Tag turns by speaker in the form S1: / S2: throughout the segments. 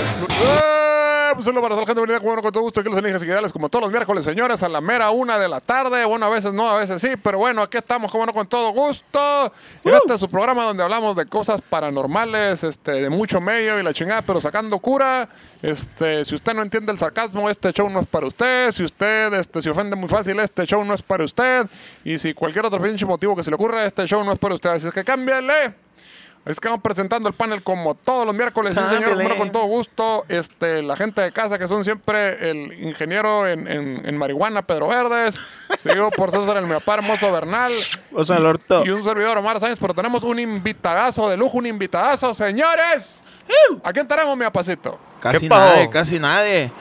S1: ¡Eh! Pues saludo para toda la gente, bienvenida, bueno, con todo gusto, aquí los alienígenas y guiales, como todos los miércoles, señores, a la mera una de la tarde, bueno, a veces no, a veces sí, pero bueno, aquí estamos, como no, con todo gusto, y este es su programa donde hablamos de cosas paranormales, este, de mucho medio y la chingada, pero sacando cura, este, si usted no entiende el sarcasmo, este show no es para usted, si usted, este, se ofende muy fácil, este show no es para usted, y si cualquier otro pinche motivo que se le ocurra, este show no es para usted, así es que cámbiale. Es que vamos presentando el panel como todos los miércoles, sí, señor.
S2: Ándele.
S1: Bueno, con todo gusto, este, la gente de casa que son siempre el ingeniero en, en- en marihuana, Pedro Verdes, seguido por César el Miapá Hermoso Bernal
S2: O sea, el orto.
S1: y un servidor Omar Sáenz, pero tenemos un invitadazo de lujo, un invitadazo, señores. ¿A quién tenemos, mi apacito?
S2: Casi
S3: ¿Qué pasó?
S2: nadie, casi nadie.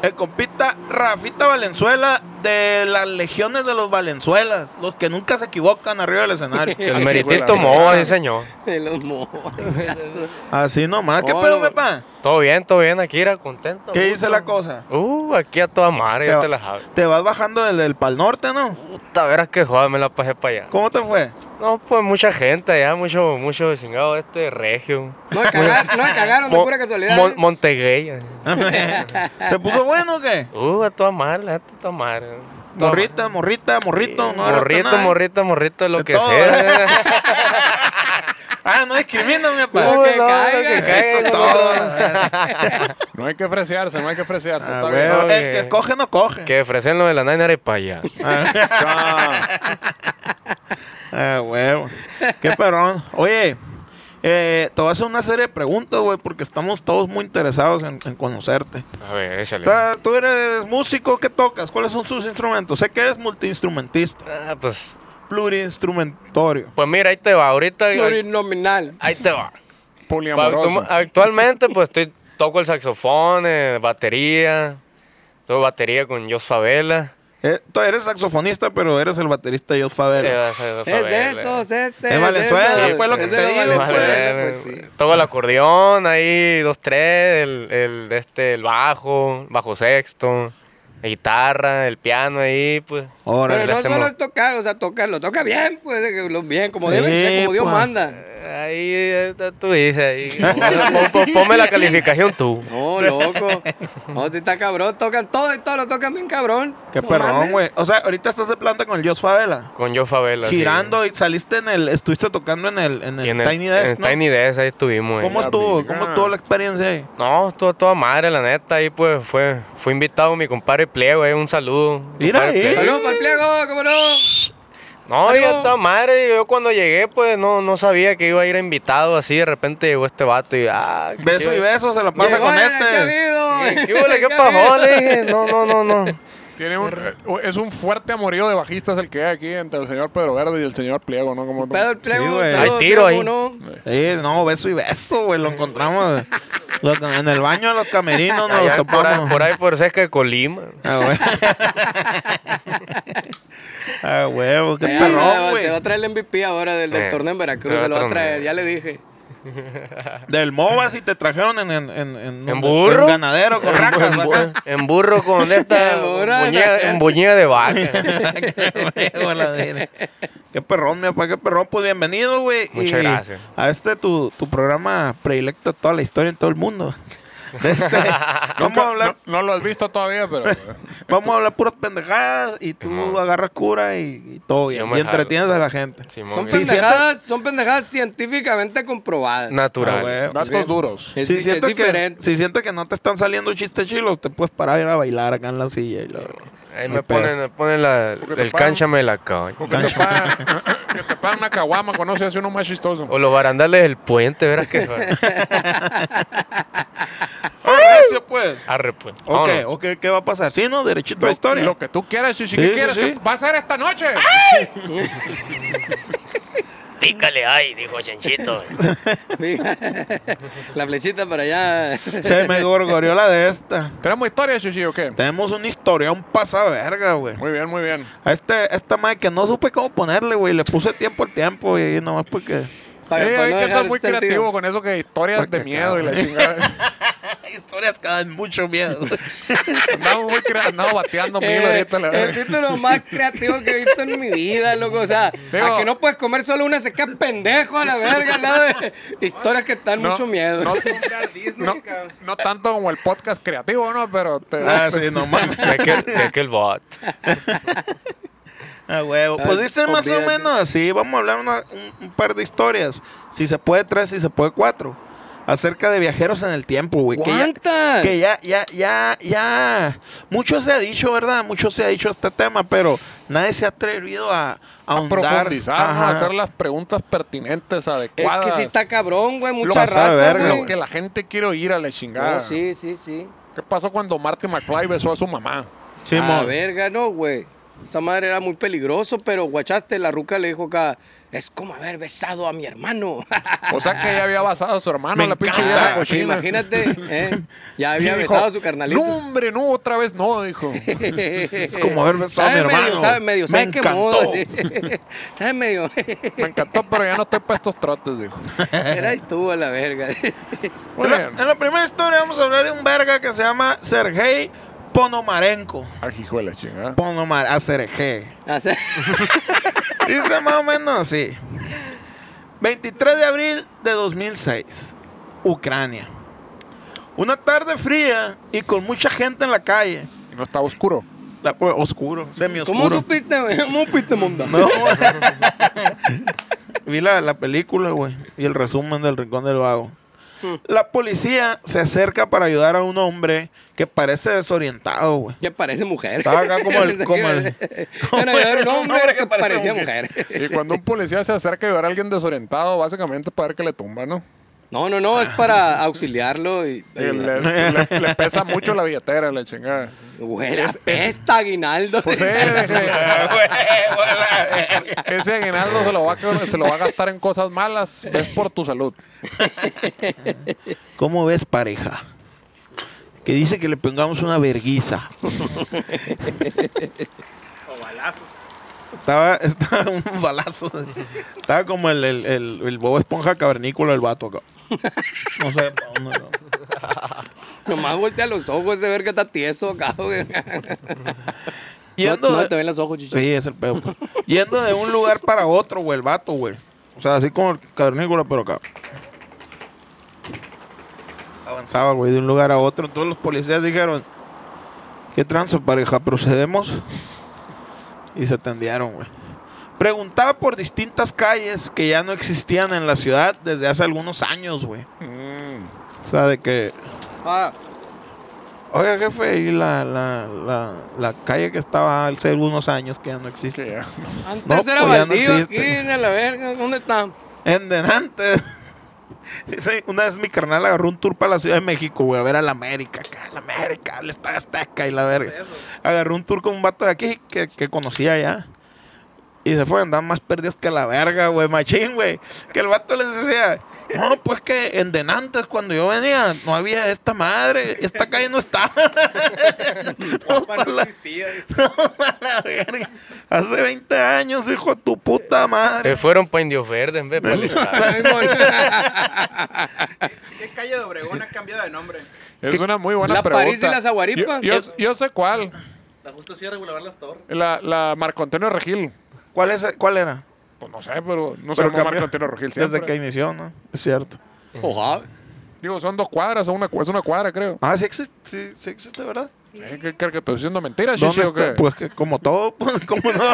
S2: El compita Rafita Valenzuela de las legiones de los Valenzuelas, los que nunca se equivocan arriba del escenario.
S3: El
S1: Ay,
S3: meritito
S1: hijo de la
S3: Moa,
S1: chingada.
S3: sí, señor.
S4: De los mojones.
S2: Así nomás. ¿Qué
S4: Oh,
S2: pedo,
S4: no.
S2: papá?
S3: Todo bien, todo bien, Akira, contento.
S2: ¿Qué
S3: gusto.
S2: dice la cosa?
S3: Uh, aquí a toda madre, ya te la sabes.
S2: te vas bajando del, del Pal Norte, ¿no?
S3: Puta, verás que joda, me la pasé para allá.
S2: ¿Cómo te fue?
S3: No, pues mucha gente allá, mucho, mucho chingado este regio.
S4: No me cagaron, no me cagaron de
S3: Mo-
S4: pura casualidad.
S3: Mon-
S4: ¿eh?
S3: Monteguey. así.
S2: ¿Se puso bueno o qué?
S3: Uh, a toda madre, la gente a toda madre. Toda
S2: Morrita, morrita,
S3: madre.
S2: morrito. no agarraste
S3: morrito,
S2: nada.
S3: morrito, morrito, lo
S2: De
S3: que
S2: todo,
S3: sea.
S2: Ah, no discrimina, mi
S3: Uh,
S2: papá.
S3: no,
S4: que
S3: lo
S4: caiga.
S3: que caiga,
S2: Esto
S3: lo
S2: todo,
S3: que-
S2: la verga.
S1: No hay que ofrecerse, no hay que ofrecerse.
S2: Ah,
S1: está
S2: güey,
S1: bien.
S3: ok.
S2: El que coge no coge.
S3: Que ofrecen lo de la Nainara y para allá.
S1: Ah,
S2: Ah, huevo. Qué perrón. Oye, eh, te voy a hacer una serie de preguntas, güey, porque estamos todos muy interesados en, en conocerte.
S3: A ver, échale.
S2: Ta- Tú eres músico, ¿qué tocas? ¿Cuáles son sus instrumentos? Sé que eres multiinstrumentista,
S3: Ah, pues,
S2: pluriinstrumentorio.
S3: pues mira, ahí te va, ahorita.
S4: Plurinominal.
S3: Ahí te va.
S1: poliamoroso.
S3: Actu- Actualmente, pues estoy, toco el saxofón, eh, batería. Toco batería con Jos Favela.
S2: Eh, tú eres saxofonista, pero eres el baterista de Jos Favela.
S3: Eh, Jos
S4: Es de
S3: Favela.
S4: esos, este.
S2: Es Valenzuela,
S3: eh,
S2: fue lo que
S4: es de
S2: te digo,
S3: Vale,
S4: Valenzuela,
S3: vale,
S4: pues sí.
S3: eh, Toco el acordeón, ahí dos, tres, el, el, este, el bajo, bajo sexto, la guitarra, el piano ahí, pues.
S2: Órale.
S4: Pero
S3: le
S4: no
S3: hacemos-
S4: solo es tocar, o sea, tocarlo. Toca bien, pues, de que lo bien, como debe
S2: Sí,
S4: ser, como Dios
S2: pues.
S4: manda.
S3: Eh, Ahí eh, tú dices, ahí. Pon- pon- ponme la calificación tú.
S4: No, loco. No, si está cabrón. Tocan todo y todo, lo tocan bien cabrón.
S2: Qué
S4: No
S2: perrón,
S4: mames.
S2: güey. O sea, ahorita estás de planta con el Jos Favela.
S3: Con Jos Favela. sí.
S2: Girando y saliste en el, estuviste tocando en el, en el
S3: Y en el-
S2: Tiny Desk,
S3: en el
S2: ¿no?
S3: Tiny Desk, ahí estuvimos. ahí.
S2: ¿Cómo estuvo? ¿Cómo
S1: verga.
S2: estuvo la experiencia ahí?
S3: No, estuvo toda madre, la neta. Ahí pues fue, fue invitado mi compadre Pliego, eh, un saludo.
S2: Mira ¿eh?
S3: Compadre
S2: ahí.
S3: Pliego.
S4: Saludos para el pliego, cómo no.
S3: No,
S4: Saludos.
S3: yo toda madre. Yo cuando llegué, pues no, no sabía que iba a ir invitado así. De repente llegó este vato y ah, qué
S2: Beso
S3: chido.
S2: y beso se la pasa
S4: Llegó, eh,
S2: con
S4: mira, ¿Qué ha
S2: este.
S4: habido?
S3: ¿Qué huele? ¿Qué pasó? Le dije, no, no, no, no.
S1: Tiene un, es un fuerte amorío de bajistas el que hay aquí entre el señor Pedro Verde y el señor Pliego, ¿no? Como
S4: Pedro el
S2: Sí,
S4: pliego.
S2: güey.
S4: saludos,
S3: Hay tiro
S4: pliego,
S3: ahí.
S4: ¿no?
S2: Sí, no, beso y beso, güey. Lo encontramos lo- en el baño de los camerinos, nos lo
S3: Allá por, ahí,
S2: topamos.
S3: por ahí, por cerca de Colima.
S2: Ah, güey. ah, huevo, qué
S4: Ya,
S2: perrón,
S4: ya,
S2: güey.
S4: Se va a traer el MVP ahora del, del
S3: Eh,
S4: torneo en Veracruz.
S3: pero
S4: Se lo va a
S3: otro
S4: traer,
S3: no.
S4: ya le dije.
S2: Del MOBA si te trajeron en... En, en,
S3: ¿En burro?
S2: ganadero, con racas, acá.
S3: En burro con esta
S4: En burro.
S3: buñía- en buñía de vaca.
S2: Qué huevo, la verga. Qué perrón, mi papá, qué perrón. Pues bienvenido, güey.
S3: Muchas
S2: y
S3: gracias.
S2: A este tu, tu programa predilecto de toda la historia en todo el mundo. De este, vamos a hablar...
S1: No, no lo has visto todavía, pero...
S2: Vamos a hablar puras pendejadas y tú
S3: Simón.
S2: agarras cura y, y todo bien.
S3: Yo me
S2: Y
S3: jalo.
S2: entretienes a la gente.
S3: Simón,
S4: Son
S3: bien.
S2: siento-
S4: pendejadas, son pendejadas científicamente comprobadas.
S2: Ah,
S3: natural.
S2: güey.
S1: Datos duros.
S4: es,
S2: si,
S4: es
S2: siento que,
S4: diferente.
S2: si siento que no te están saliendo chistes chilos, te puedes parar a ir a bailar acá en la silla. Y luego-
S3: Ahí
S2: no
S3: me
S2: hay pedo.
S3: ponen, me ponen la,
S1: te
S3: el
S1: pagan.
S3: cánchame de la calle.
S1: Que te, pagan, que te pagan una caguama, conoce hace uno más chistoso.
S3: O los barandales del puente, verás que son.
S2: Ah, gracias, pues.
S3: Arre, pues.
S2: Ok,
S3: Vámonos.
S2: ok, ¿qué va a pasar? Sí, ¿no? Derechito a la historia.
S1: Lo que tú quieras, Shishi,
S2: Sí,
S1: ¿qué
S2: sí,
S1: quieres?
S2: sí.
S1: que va a ser esta noche?
S3: Pícale ahí, dijo Chanchito.
S4: La flechita para allá.
S2: Se me gorgoreó la de esta.
S1: ¿Tenemos historia, Chuchi, o qué?
S2: Tenemos una historia, un pasaverga, güey.
S1: Muy bien, muy bien.
S2: A este, esta madre que no supe cómo ponerle, güey. Le puse tiempo al tiempo y nomás porque.
S4: Para-
S1: Ey,
S4: para
S1: Eh, hay
S4: no
S1: que estar
S4: dejar
S1: muy
S4: sentido.
S1: creativo con eso que historias
S2: Porque,
S1: de miedo y la chingada.
S2: Historias que dan mucho miedo.
S1: Andamos muy crea- andamos bateando mil
S4: Eh,
S1: ahorita. La
S4: el
S1: verdad.
S4: título más creativo que he visto en mi vida, loco. O sea,
S1: Digo-
S4: a que no puedes comer solo una, se queda pendejo a la verga, al lado de historias que dan
S1: No,
S4: mucho miedo.
S1: no,
S5: Disney,
S1: no,
S5: cabrón.
S1: no tanto como el podcast creativo, ¿no? Pero te-
S2: ah, sí, no mames.
S3: Es que, es que el bot.
S2: Ah, huevo. Pues
S4: Ay,
S2: dice más o
S4: olvídate.
S2: menos así. Vamos a hablar una- un, un par de historias. Si se puede tres, si se puede cuatro. Acerca de viajeros en el tiempo, güey. Que ya,
S4: ¿Cuántas?
S2: que ya, ya, ya, ya. Mucho se ha dicho, ¿verdad? Mucho se ha dicho este tema, pero nadie se ha atrevido a, a ahondar.
S1: profundizar, ¿no?
S2: Ajá.
S1: hacer las preguntas pertinentes,
S4: es
S1: adecuadas.
S4: que sí está cabrón, güey. Mucha
S2: pasó de
S4: raza,
S2: verga,
S4: güey.
S1: Lo que la gente quiere oír a la chingada.
S4: No, Oh, sí, sí, sí.
S1: ¿Qué pasó cuando Marty McFly besó a su mamá?
S2: Sí,
S4: a
S2: mo-
S4: verga, no, güey. Esa madre era muy peligroso, pero guachaste, la ruca le dijo acá, es como haber besado a mi hermano. pues,
S1: O sea que ella había basado a su hermano,
S2: Me
S1: Ah, la pinche
S2: encanta.
S1: vieja cochina.
S4: Imagínate, ¿eh? ya
S1: Y
S4: había
S1: dijo,
S4: besado a su carnalito.
S1: No, hombre, no, otra vez no, dijo.
S4: es
S2: como haber besado a mi hermano.
S4: Medio, sabe medio,
S2: Me
S4: sabe qué modo.
S2: encantó.
S4: sí. Sabe medio.
S1: Me encantó, pero ya no estoy para estos trotes, dijo.
S4: Era estuvo a la verga.
S1: Muy
S2: en, la,
S1: bien.
S2: en la primera historia vamos a hablar de un verga que se llama Sergei Ponomarenko.
S1: Ah, hijo de la chingada.
S2: Ponomar, a Sergei.
S4: O sea,
S2: Dice más o menos así. 23 de abril de 2006, Ucrania. Una tarde fría y con mucha gente en la calle.
S1: Y no estaba oscuro.
S2: La- oscuro, semioscuro.
S4: ¿Cómo supiste? güey? ¿Cómo supiste, monda?
S2: No. Vi la, la película, güey, y el resumen del Rincón del Vago. La policía se acerca para ayudar a un hombre que parece desorientado, güey.
S4: Que parece mujer.
S2: Estaba acá como el-
S4: Pensé
S2: como
S4: que-
S2: el-
S4: Bueno, yo era un hombre
S2: hombre que
S4: que
S2: parece
S4: parecía
S2: mujer.
S4: mujer.
S1: Y cuando un policía se acerca a ayudar a alguien desorientado, básicamente para ver que le tumba, ¿no?
S4: No, no, no, es para auxiliarlo y...
S1: Y le, le- le pesa mucho la billetera, la chingada.
S4: Huele a pesta, aguinaldo.
S1: Pues, eh, dije, ese aguinaldo se lo, va a, se lo va a gastar en cosas malas. Ves por tu salud.
S2: ¿Cómo ves, pareja? Que dice que le pongamos una verguiza. o balazo. Estaba, estaba un balazo. Estaba como el, el, el, el bobo esponja cavernícola el vato acá. No sé. pa' dónde, no.
S4: Nomás voltea los ojos ese verga está tieso acá, güey.
S2: Yendo
S4: No, no
S2: de-
S4: te ven los ojos, chicho.
S2: Sí, es el pedo. pues. Yendo de un lugar para otro, güey, el vato, güey. O sea, así como el cavernícola, pero acá. Avanzaba, güey, de un lugar a otro. Todos los policías dijeron, ¿qué tranza, pareja? ¿Procedemos? Y se atendieron, güey. Preguntaba por distintas calles que ya no existían en la ciudad desde hace algunos años, güey.
S1: Mm,
S2: O sea, de que
S4: Ah,
S2: Oiga, jefe, y la, la, la, la calle que estaba hace algunos años que ya no
S1: Que
S2: existe.
S1: ya-
S4: antes
S2: No,
S4: era
S2: pues ya no
S4: baldío aquí,
S2: existe.
S4: a la verga. ¿Dónde está?
S2: En delante. Dice, una vez mi carnal agarró un tour para la Ciudad de México, güey, a ver a la América, acá, a la América, el Estadio Azteca y la verga. Agarró un tour con un vato de aquí que, que conocía ya. Y se fue, andaban más perdidos que la verga, güey, machín, güey. Que el vato les decía, no, pues que en Denantes cuando yo venía no había esta madre, esta calle no estaba. Vamos
S5: Guapa
S2: pa'
S5: no
S2: la-
S5: existía.
S2: A la verga. Hace 20 años, hijo de tu puta madre.
S3: Se fueron pa' Indios Verdes, en vez de pa' Lizarra.
S4: Ay, güey.
S5: ¿Qué calle de Obregón ha cambiado de nombre?
S1: Es una muy buena
S4: La
S1: pregunta.
S4: París y la Zaguaripa.
S1: Yo, yo- yo sé cuál.
S5: La justo cierra regular las torres.
S1: La, la Marco Antonio Regil.
S2: ¿Cuál, es, ¿Cuál era?
S1: Pues no sé, pero no se
S2: Pero
S1: llama
S2: cambió
S1: Marco Antonio Regil siempre.
S2: Desde que inició, ¿no? Es cierto.
S4: Ojalá.
S1: Digo, son dos cuadras, son una, cu- es una cuadra, creo.
S2: Ah, sí existe, sí, sí existe ¿verdad?
S1: Eh, ¿Qué crees que estoy diciendo mentiras,
S2: ¿Dónde
S1: Shishi, o
S2: está?
S1: qué?
S2: Pues que como todo, pues como no.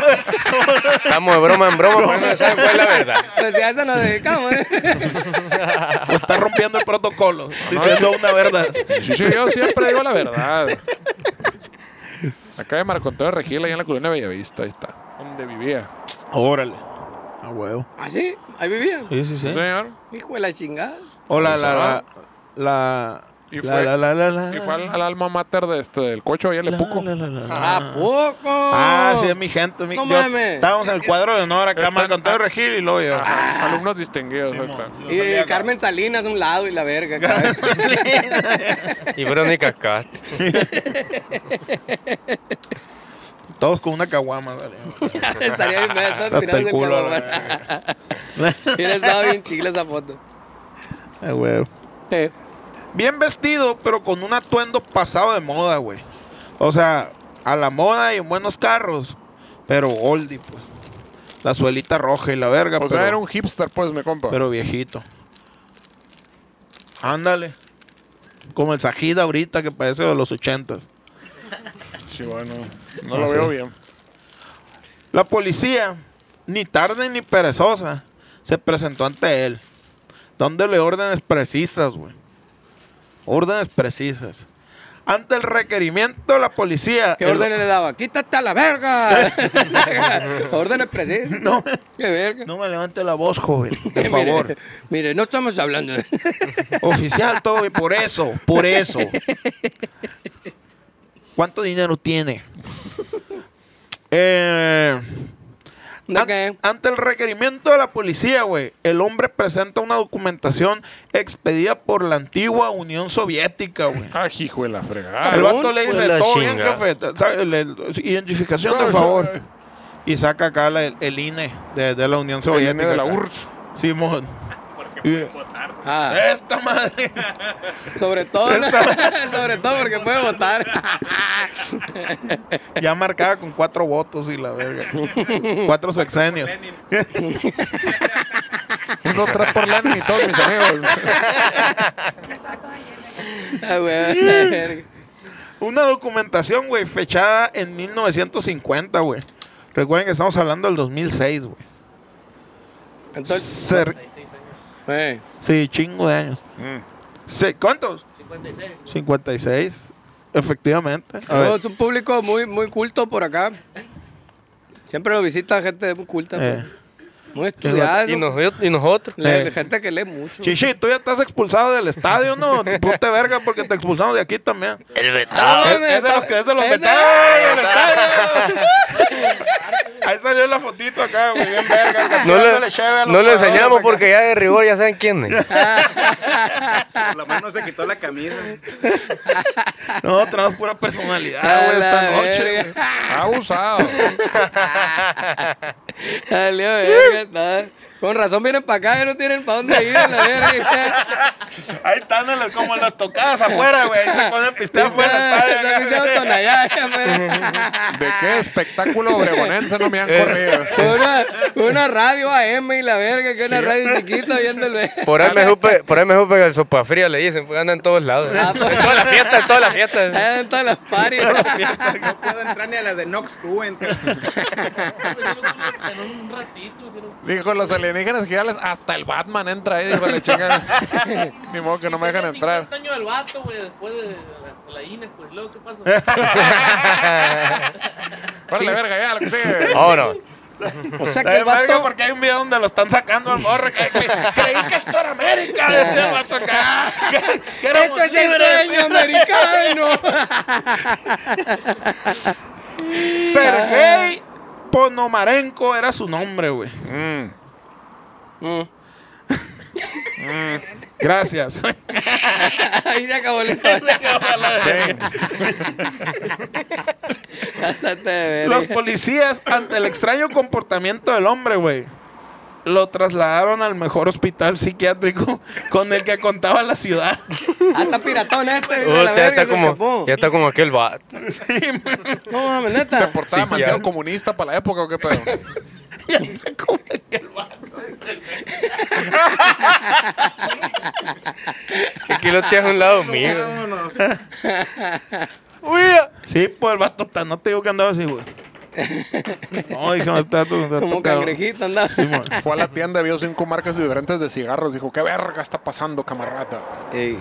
S3: Estamos de broma en broma, pero no saben cuál es la verdad.
S4: Pues ya se nos dedicamos, ¿eh?
S2: Pues está rompiendo el protocolo, diciendo una verdad.
S1: Shishi, yo siempre digo la verdad. Acá de Marco Antonio Regil, allá en la colonia Bellavista, ahí está. Donde vivía.
S2: Órale. A huevo.
S4: ¿Ah, sí? Ahí vivían.
S2: Sí, sí, sí.
S1: Sí, señor.
S4: Hijo de la chingada.
S2: O la,
S1: ¿Cómo se
S2: la,
S1: llama?
S2: la, la-
S1: Y
S2: La,
S1: fue,
S2: la, la, la, la.
S1: y fue al, al alma mater de este, del cocho ahí en
S2: La,
S1: Lepuco.
S2: la, la, la, la.
S4: ¿A poco?
S2: Ah, sí, es mi gente. mi-
S4: No
S2: yo-
S4: mames.
S2: Estábamos en el cuadro de honor acá,
S1: Están- Ah.
S2: Marcanteo Regil y luego yo.
S4: Ah.
S1: Alumnos distinguidos. ahí está.
S4: Y Carmen Salinas a un lado y la verga. cabrón.
S3: Y Verónica Castro.
S2: Todos con una caguama, dale.
S4: Estaría bien, me están
S2: Hasta el
S4: tirando el
S2: culo.
S4: cabrón.
S2: la-
S4: Hubiera estado bien chila esa foto.
S2: Ay, güey.
S4: Eh,
S2: Bien vestido, pero con un atuendo pasado de moda, güey. O sea, a la moda y en buenos carros. Pero oldie, pues. La suelita roja y la verga,
S1: O
S2: pero,
S1: sea, era un hipster, pues, mi compa.
S2: pero viejito. Ándale. Como el Sajid ahorita, que parece de los ochentas.
S1: Sí, bueno,
S2: Ah,
S1: no lo veo bien.
S2: La policía, ni tarde ni perezosa, se presentó ante él, dándole órdenes precisas, güey. Órdenes precisas. Ante el requerimiento de la policía.
S4: ¿Qué
S2: el-
S4: órdenes le daba? ¡Quítate a la verga! órdenes precisas.
S2: No,
S4: ¡Qué verga!
S2: no me levante la voz, joven,
S4: Eh,
S2: por
S4: mire,
S2: favor.
S4: Mire, no estamos hablando. de-
S2: Oficial, todo bien, por eso, por eso. ¿Cuánto dinero tiene? Eh,
S4: ¿De
S2: An-
S4: qué?
S2: Ante el requerimiento de la policía, güey, el hombre presenta una documentación expedida por la antigua Unión Soviética, güey.
S1: Ah, hijo de la fregada. Ah,
S2: El vato
S4: cabrón,
S2: le
S3: pues,
S2: dice,
S3: la
S2: todo bien,
S3: chinga".
S2: jefe. ¿sabe? Le- Identificación,
S1: Claro,
S2: por
S1: eso-
S2: favor. Y saca acá la- el, el INE de, de la Unión
S1: El
S2: Soviética.
S1: nene de la
S2: acá.
S1: URSS.
S2: Simón. Y-
S4: Ah,
S2: Esta madre.
S4: sobre todo, sobre todo porque puede votar.
S2: ya marcada con cuatro votos y la verga. cuatro sexenios.
S1: Uno tres por Lenin y todos mis amigos.
S4: Ah, güey, la verga.
S2: Una documentación, güey, fechada en 1950, güey. Recuerden que estamos hablando del 2006, güey.
S4: Entonces,
S2: Cer-
S4: eh,
S2: sí, chingo de años. Se- ¿Cuántos? 56. 56, efectivamente. A
S4: no,
S2: ver, eh,
S4: es un público muy, muy culto por acá. Siempre lo visita gente muy culta,
S2: eh.
S4: pues. muy estudiada.
S3: Y,
S4: ¿no?
S3: nos- y nosotros.
S4: Le-
S2: eh.
S4: Gente que lee mucho.
S2: Chichi, tú ya estás expulsado del estadio, ¿no? Ponte verga porque te expulsamos de aquí también.
S3: El
S4: Ah,
S3: vetado.
S2: Es,
S4: me
S2: es de los,
S4: está-
S2: es de los
S4: es de- eh,
S2: veteranos del estadio. Ahí salió la fotito acá, güey, bien verga.
S3: No le,
S2: tirándole cheve a los
S3: no le
S2: jugadores
S3: enseñamos
S2: acá.
S3: porque ya de rigor ya saben quién es.
S5: Por lo menos se quitó la camisa.
S2: No, tenemos pura personalidad,
S4: A
S2: güey, esta
S4: la
S2: noche.
S4: verga.
S2: güey.
S1: Abusado.
S4: Salió verga, nada. Con razón vienen para acá y no tienen para dónde ir a la verga.
S2: Ahí están en las- como en las tocadas afuera, güey. Ahí Se ponen pistear afuera.
S4: Ah,
S2: está,
S4: la
S2: güey.
S4: pisada Tonayaya, mira.
S1: ¿De qué espectáculo obregonense no me han corrido?
S4: Con una, con una radio AM y la verga, que una radio chiquita viendo el verga.
S3: Por ahí me supe, por ahí me supe que el sopa fría le dicen, porque anda en todos lados.
S4: Ah,
S3: En
S4: pues.
S3: todas las fiestas, en todas las fiestas.
S4: Allá en todas las paris.
S5: No puedo entrar ni a las de Nox Cuben.
S6: Pues,
S1: Dijo, los alienígenas girales, hasta el Batman entra ahí. Dijo, le chingan. Ni modo que no me dejan entrar.
S6: años del vato, güey, después de la, la INE, pues luego, ¿qué pasó?
S1: Órale, verga, ya, lo que sigue.
S3: Ah, Vámonos.
S4: O sea que
S2: Ay,
S4: el
S2: verga,
S4: vato,
S2: porque hay un video donde lo están sacando al morro. que- que- creí que esto era América, decía el vato acá. Que, que éramos
S4: Esto pues, es el
S2: libres.
S4: sueño americano.
S2: Sergei Ponomarenko era su nombre, güey.
S1: Mm.
S3: Ah,
S4: Mm.
S2: Gracias.
S4: Ahí se acabó la historia.
S1: Ven.
S4: Pásate de
S2: Los
S4: verga.
S2: policías, ante el extraño comportamiento del hombre, güey, lo trasladaron al mejor hospital psiquiátrico con el que contaba la ciudad.
S4: Ah, está piratón este. dice la
S3: Usted ya
S4: verga,
S3: está
S4: se escapó.
S3: como, ya está como aquel vato.
S4: No mames,
S1: Se
S4: neta.
S1: portaba
S3: Sí,
S1: demasiado
S3: ya.
S1: comunista para la época, ¿o qué pedo?
S2: Ya está como aquel vato.
S3: Aquí lo tienes a un lado mío.
S5: Vámonos.
S2: Sí, pues el vato está, no te digo que andaba así, güey. No, dije, no está tu- está
S4: Como
S2: tocado.
S4: cangrejito andaba.
S2: Sí, mon.
S1: Fue a la tienda, vio cinco marcas diferentes de cigarros. Dijo, ¿qué verga está pasando, camarada?
S4: Ey.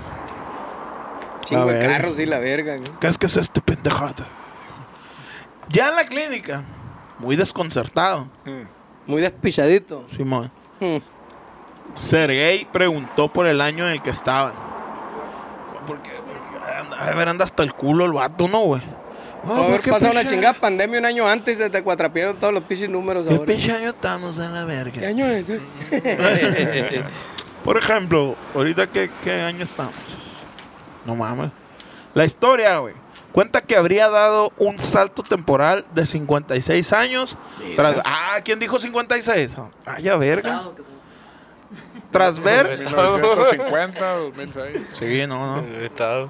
S4: Chingo de
S2: verga.
S4: carros y la verga. ¿no?
S2: ¿Qué es que es este pendejada? Ya en la clínica, muy desconcertado,
S4: Muy despichadito.
S2: Simón.
S4: Mm.
S2: Sergey preguntó por el año en el que estaban. Porque, porque anda- a ver, anda hasta el culo el vato, ¿no, güey?
S4: Va a
S2: Ah,
S4: haber
S2: qué
S4: pasado una
S2: pinche-
S4: chingada pandemia un año antes, desde cuatrapieron todos los pinches números
S2: ¿Qué
S4: ahora.
S2: pinche año estamos en la verga?
S4: ¿Qué año es? eh?
S2: Por ejemplo, ahorita qué, qué año estamos. No mames. La historia, güey. Cuenta que habría dado un salto temporal de 56 años. Tras, ah, ¿quién dijo 56? Ay, a Ah, verga.
S6: Claro que son.
S2: Tras ver.
S1: 1950, 2006.
S2: Sí, no, no.
S3: Estado.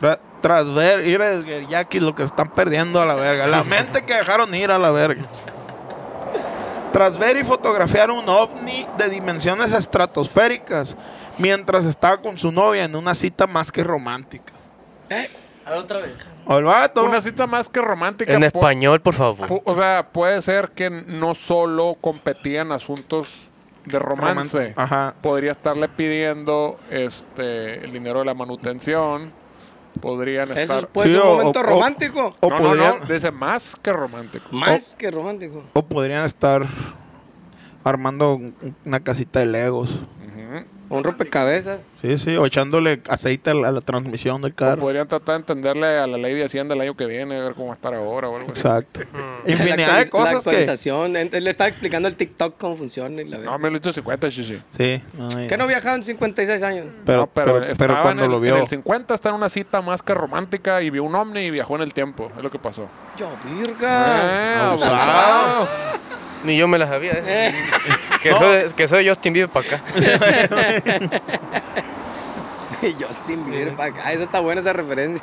S2: Tra- tras ver, ir es que ya aquí lo que están perdiendo a la verga. La mente que dejaron ir a la verga. Tras ver y fotografiar un ovni de dimensiones estratosféricas mientras estaba con su novia en una cita más que romántica.
S6: A ver otra vez.
S2: O el vato.
S1: Una cita más que romántica.
S3: En
S1: po-
S3: español, por favor.
S1: po- O sea, puede ser que no solo competían asuntos de romance.
S2: Romance, ah. ajá.
S1: Podría estarle pidiendo este el dinero de la manutención. Podrían estar.
S4: Eso puede
S2: Sí,
S4: ser
S2: o-
S4: Pues, un momento
S2: o-
S4: romántico.
S2: O,
S1: no, no,
S2: podrían,
S1: no, dice más que romántico.
S4: Más que romántico.
S2: o podrían estar armando un- una casita de Legos.
S4: Un rompecabezas.
S2: Sí, sí, o echándole aceite a la, a la transmisión del
S1: O
S2: carro.
S1: podrían tratar de entenderle a la ley de Hacienda el año que viene, a ver cómo va a estar ahora o algo así.
S2: Exacto.
S4: La
S2: Infinidad
S4: actualiz-
S2: de
S4: La
S2: cosas que.
S4: actualización. En- Le estaba explicando el TikTok cómo funciona. Y la
S1: No,
S4: verdad.
S1: 1850, chichi.
S2: Sí. ay,
S4: ¿Qué no viajaron 56 años?
S2: Pero,
S1: No,
S2: pero, pero
S1: estaba en
S2: cuando
S1: el-
S2: lo vio.
S1: En el 50 está en una cita más que romántica y vio un ovni y viajó en el tiempo. Es lo que pasó.
S4: Yo, virga.
S1: Eh,
S2: Ah, abusado.
S1: abusado.
S3: Ni yo me las había. eh. Que, soy, que soy Justin Bieber para acá.
S4: Justin Bieber para acá. Esa está buena esa referencia.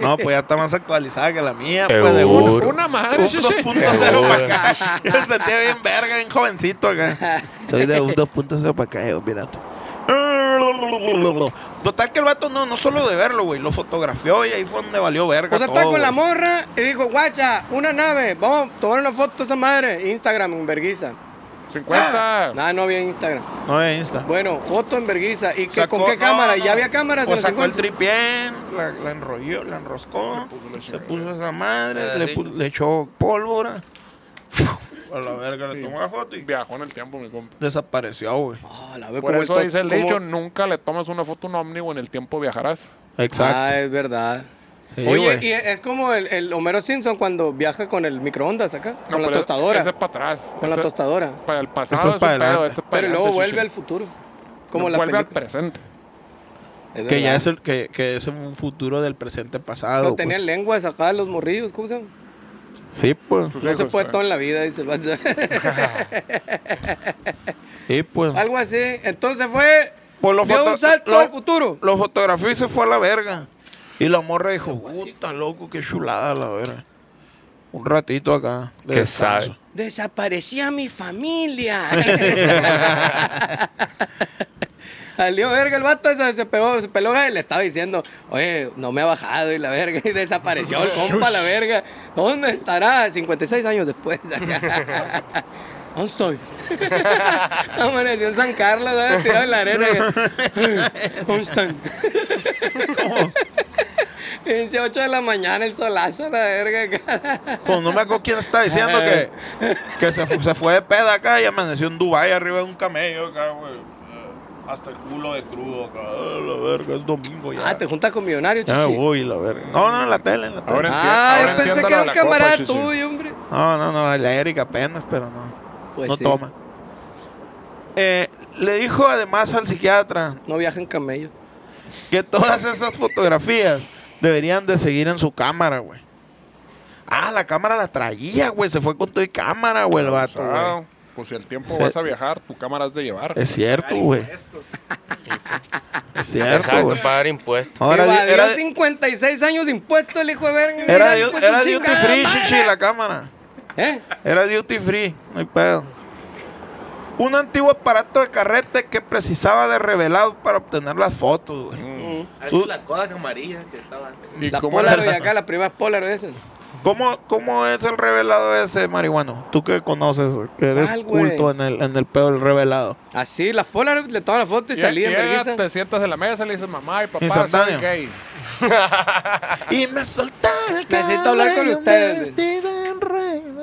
S2: No, pues ya está más actualizada que la mía. Pues de
S3: Seguro.
S2: un,
S3: Seguro.
S1: Una madre, chichi.
S2: 2.0 para acá. Yo me sentía bien verga, bien jovencito acá. Soy de un 2.0 para acá, yo, mira tú. Total que el vato no, no solo de verlo, güey, lo fotografió y ahí fue donde valió verga.
S4: O sea,
S2: todo,
S4: estaba con la
S2: güey.
S4: morra y dijo, guacha, una nave, vamos a tomar una foto a esa madre. Instagram en verguiza.
S1: 50.
S4: Nada, no había Instagram.
S2: No de Insta.
S4: Bueno, foto en verguiza. ¿Y qué,
S2: Sacó-
S4: con qué
S2: no,
S4: cámara?
S2: no.
S4: ¿Ya había cámaras? en
S2: Pues
S4: los
S2: sacó el
S4: 50?
S2: tripié, la, la enrolló, la enroscó, se puso esa madre,
S3: Ah,
S2: le,
S3: sí.
S2: pu- le echó pólvora. A la verga, le tomó la foto y
S1: Viajó en el tiempo, mi compa.
S2: desapareció, güey.
S4: Ah, la ve
S1: Por
S4: como
S1: eso
S4: tos-
S1: dice el
S4: como-
S1: dicho, nunca le tomas una foto a un ovni o en el tiempo viajarás.
S2: Exacto.
S4: Ah, es verdad.
S2: Sí,
S4: Oye,
S2: güey.
S4: y es como el, el Homero Simpson cuando viaja con el microondas acá,
S1: No,
S4: con la
S1: pero
S4: tostadora.
S1: Ese es para atrás.
S4: Con la
S1: Este-
S4: tostadora.
S1: Para el pasado
S2: Esto es
S1: es un
S2: para adelante.
S1: pedo, este es para
S4: Pero luego
S1: adelante,
S4: vuelve
S1: chichi.
S4: al futuro. Como la
S1: Vuelve al
S4: película.
S1: presente.
S4: Es
S2: Que ya
S4: verdad.
S2: es, el, que, que es un futuro del presente pasado.
S4: No tenían
S2: pues.
S4: lenguas acá los morrillos, ¿cómo se llama?
S2: Sí, pues.
S1: Sus
S4: No se
S1: hijos,
S4: puede
S1: eh.
S4: todo en la vida, dice el vato.
S2: Sí, pues.
S4: Algo así. Entonces fue.
S2: Pues lo
S4: dio
S2: foto-
S4: un salto
S2: lo-
S4: al futuro.
S2: Lo fotografió y se fue a la verga. Y la morra dijo, puta loco, qué chulada la verga. Un ratito acá. de
S3: Qué
S2: descanso.
S3: sabe.
S4: Desaparecía mi familia. Salió verga el vato, ese se pegó, se peló, y le estaba diciendo, oye, no me ha bajado y la verga, y desapareció el compa, la verga. ¿Dónde estará? 56 años después. ¿Dónde estoy? Amaneció en San Carlos, ¿sabes? tirado en la arena. ¿Dónde están? Dice 8 de la mañana el solazo, la verga.
S2: Pues no me acuerdo quién está diciendo que, que se, fu- se fue de peda acá y amaneció en Dubai arriba de un camello acá, güey. Eh, Hasta el culo de crudo acá. Ah, la verga, es domingo ya.
S4: Ah, te juntas con millonarios,
S2: ya me
S4: chichi.
S2: voy, la verga. No, no, en la tele, en la tele.
S1: Ahora entiendo.
S4: Ah,
S1: ahora
S4: yo pensé
S1: entiendo lo
S4: que era
S1: de
S4: un
S1: la copa,
S4: camarada
S1: sí, sí.
S4: tuyo, hombre.
S2: No, no, no, la Erika apenas, pero no.
S4: Pues
S2: no
S4: sí,
S2: toma. Eh, le dijo además al psiquiatra
S4: No viaja en camello.
S2: que todas esas fotografías deberían de seguir en su cámara, güey. Ah, la cámara la traía, güey. Se fue con tu cámara, güey, el vato, güey.
S1: Abusado. Pues si al tiempo
S2: Se-
S1: vas a viajar, tu cámara has de llevar.
S2: Es cierto, güey.
S5: Estos.
S2: Es cierto,
S3: Exacto,
S2: güey.
S3: pagar impuestos.
S2: Ahora di-
S4: Evadió
S2: era,
S4: 56 años de impuestos el hijo de verga.
S2: era,
S4: Mira,
S2: du-
S4: pues,
S2: era
S4: un
S2: duty
S4: chingada
S2: free,
S4: madre.
S2: chichi, la cámara.
S4: ¿Eh?
S2: Era duty free, no hay pedo. Un antiguo aparato de carrete que precisaba de revelado para obtener las fotos, güey.
S6: A ver
S2: Tú-
S6: si la cola amarilla que estaba antes.
S1: ¿Y
S4: La
S1: cómo
S4: Polaroid acá, la primera Polaroid esa.
S2: ¿Cómo, ¿Cómo es el revelado ese, marihuano? Tú que conoces, que eres
S4: ¿Cuál, güey?
S2: culto en el, en el pedo del revelado.
S4: Así, las Polaroid le toman la foto y
S1: Lle-
S4: salían
S1: llegas,
S4: vergüenza.
S1: te sientas en la mesa y le dices, mamá y papá, soy
S2: Instantáneo.
S1: gay.
S2: Y me soltaron el
S4: Necesito hablar con
S2: cabello,
S4: ustedes.
S2: me vestí de reina.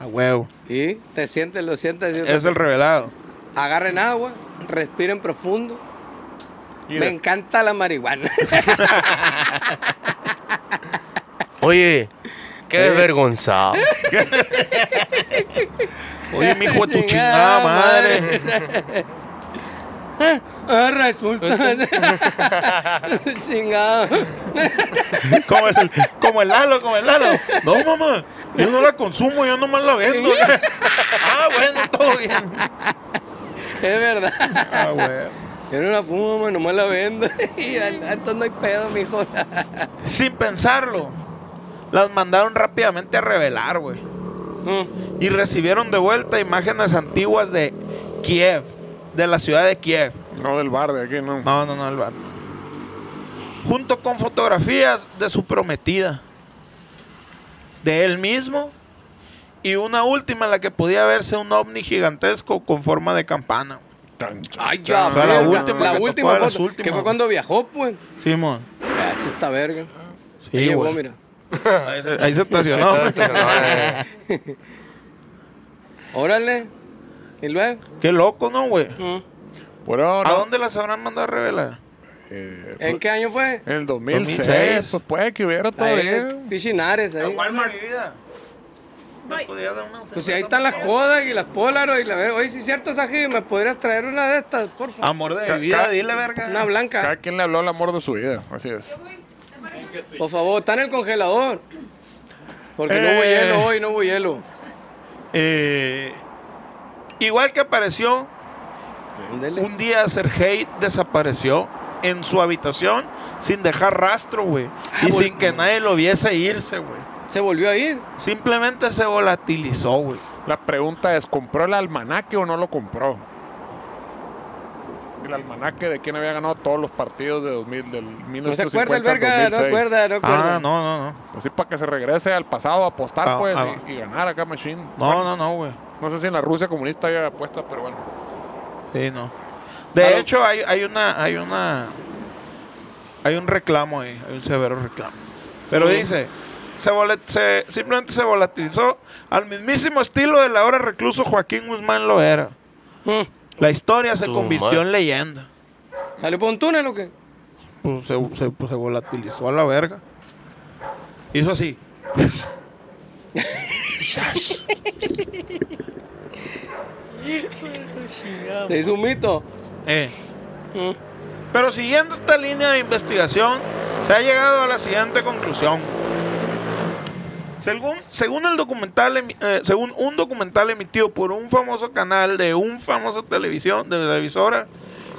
S2: A huevo.
S4: Y te sientes, lo sientes. y-
S2: Es el revelado.
S4: Agarren agua, respiren profundo. Me encanta la marihuana.
S3: Oye, qué desvergonzado.
S2: Oye, mijo de tu
S4: Chingada
S2: chingada madre.
S4: Ah, resulta. Chingado.
S2: Como el, como el Lalo, como el Lalo. No, mamá, yo no la consumo, yo nomás la vendo. ah, bueno, todo bien.
S4: Es verdad.
S2: Ah, bueno.
S4: Yo no la fumo, man, nomás la vendo. Y al- entonces no hay pedo, mijo.
S2: Sin pensarlo, las mandaron rápidamente a revelar, güey.
S4: Mm.
S2: Y recibieron de vuelta imágenes antiguas de Kiev, de la ciudad de Kiev.
S1: No del bar de aquí, no.
S2: No, no, no, el bar. Junto con fotografías de su prometida, de él mismo, y una última en la que podía verse un ovni gigantesco con forma de campana.
S1: Tan-
S4: Ay, ya,
S2: O sea, la
S4: verga.
S2: última
S4: La
S2: que
S4: última
S2: tocó, las
S4: foto, Que
S2: últimas,
S4: fue
S2: güey.
S4: cuando viajó, pues.
S2: Simón.
S4: Ah, sí está verga.
S2: Sí,
S4: Ahí llegó,
S2: güey.
S4: mira.
S2: Ahí se, ahí se estacionó.
S3: Entonces, no, eh,
S4: Órale. Y luego.
S2: Qué loco, ¿no, güey?
S4: Mm.
S1: Por ahora,
S2: ¿A dónde las habrán mandado a revelar? Eh, pues,
S4: ¿En qué año fue?
S1: En el 2006,
S2: 2006.
S1: pues puede que hubiera
S2: eh,
S4: Ahí,
S1: todavía.
S4: en Pichinares, ahí.
S2: Walmart. Mi vida. ¿Me podrías dar una
S4: Pues si ahí están las Kodak y las Polaroid y la verga. Oye, si es cierto, Saji, ¿me podrías traer una de estas, por favor?
S2: Amor de
S1: Ca-
S2: mi vida,
S1: ca-
S2: dile, verga.
S4: Una
S1: Cada
S4: blanca.
S1: quien le habló el amor de su vida, así es.
S4: Por favor, está en el congelador. Porque no hubo
S2: Eh.
S4: hielo hoy, no hubo hielo.
S2: Eh, igual que apareció
S4: Ándele.
S2: Un día Sergei desapareció en su habitación sin dejar rastro, güey.
S4: Ah,
S2: Y
S4: vol-
S2: sin que nadie lo viese irse, güey.
S4: Se volvió a ir.
S2: Simplemente se volatilizó, güey.
S1: La pregunta es, ¿compró el almanaque o no lo compró? El almanaque de quién había ganado todos los partidos de 2000, del 1950
S4: No se acuerda el verga, no acuerda, no acuerda.
S2: Ah, no, no, no.
S1: Así Pues para que se regrese al pasado a apostar,
S2: Ah,
S1: pues,
S2: ah.
S1: y, y ganar acá, Machine.
S2: No, no, no, güey.
S1: No sé si en la Rusia comunista había apuestas, pero bueno.
S2: Sí, no.
S4: Claro.
S2: De hecho, hay, hay una, hay una, hay un reclamo ahí, hay un severo reclamo. Pero
S4: Ujú.
S2: dice, se, vola- se- simplemente se volatilizó al mismísimo estilo del ahora recluso Joaquín Guzmán lo era.
S4: Mm.
S2: La historia se
S3: Tu
S2: convirtió
S3: madre.
S2: en leyenda.
S4: ¿Salió por un túnel o qué?
S2: Pues se, se- pues se volatilizó a la verga. Hizo así.
S4: Se hizo un mito.
S2: eh.
S4: Mm.
S2: Pero siguiendo esta línea de investigación, se ha llegado a la siguiente conclusión. Según, según, el documental, emi- eh, según un documental emitido por un famoso canal de un famoso televisión, de televisora,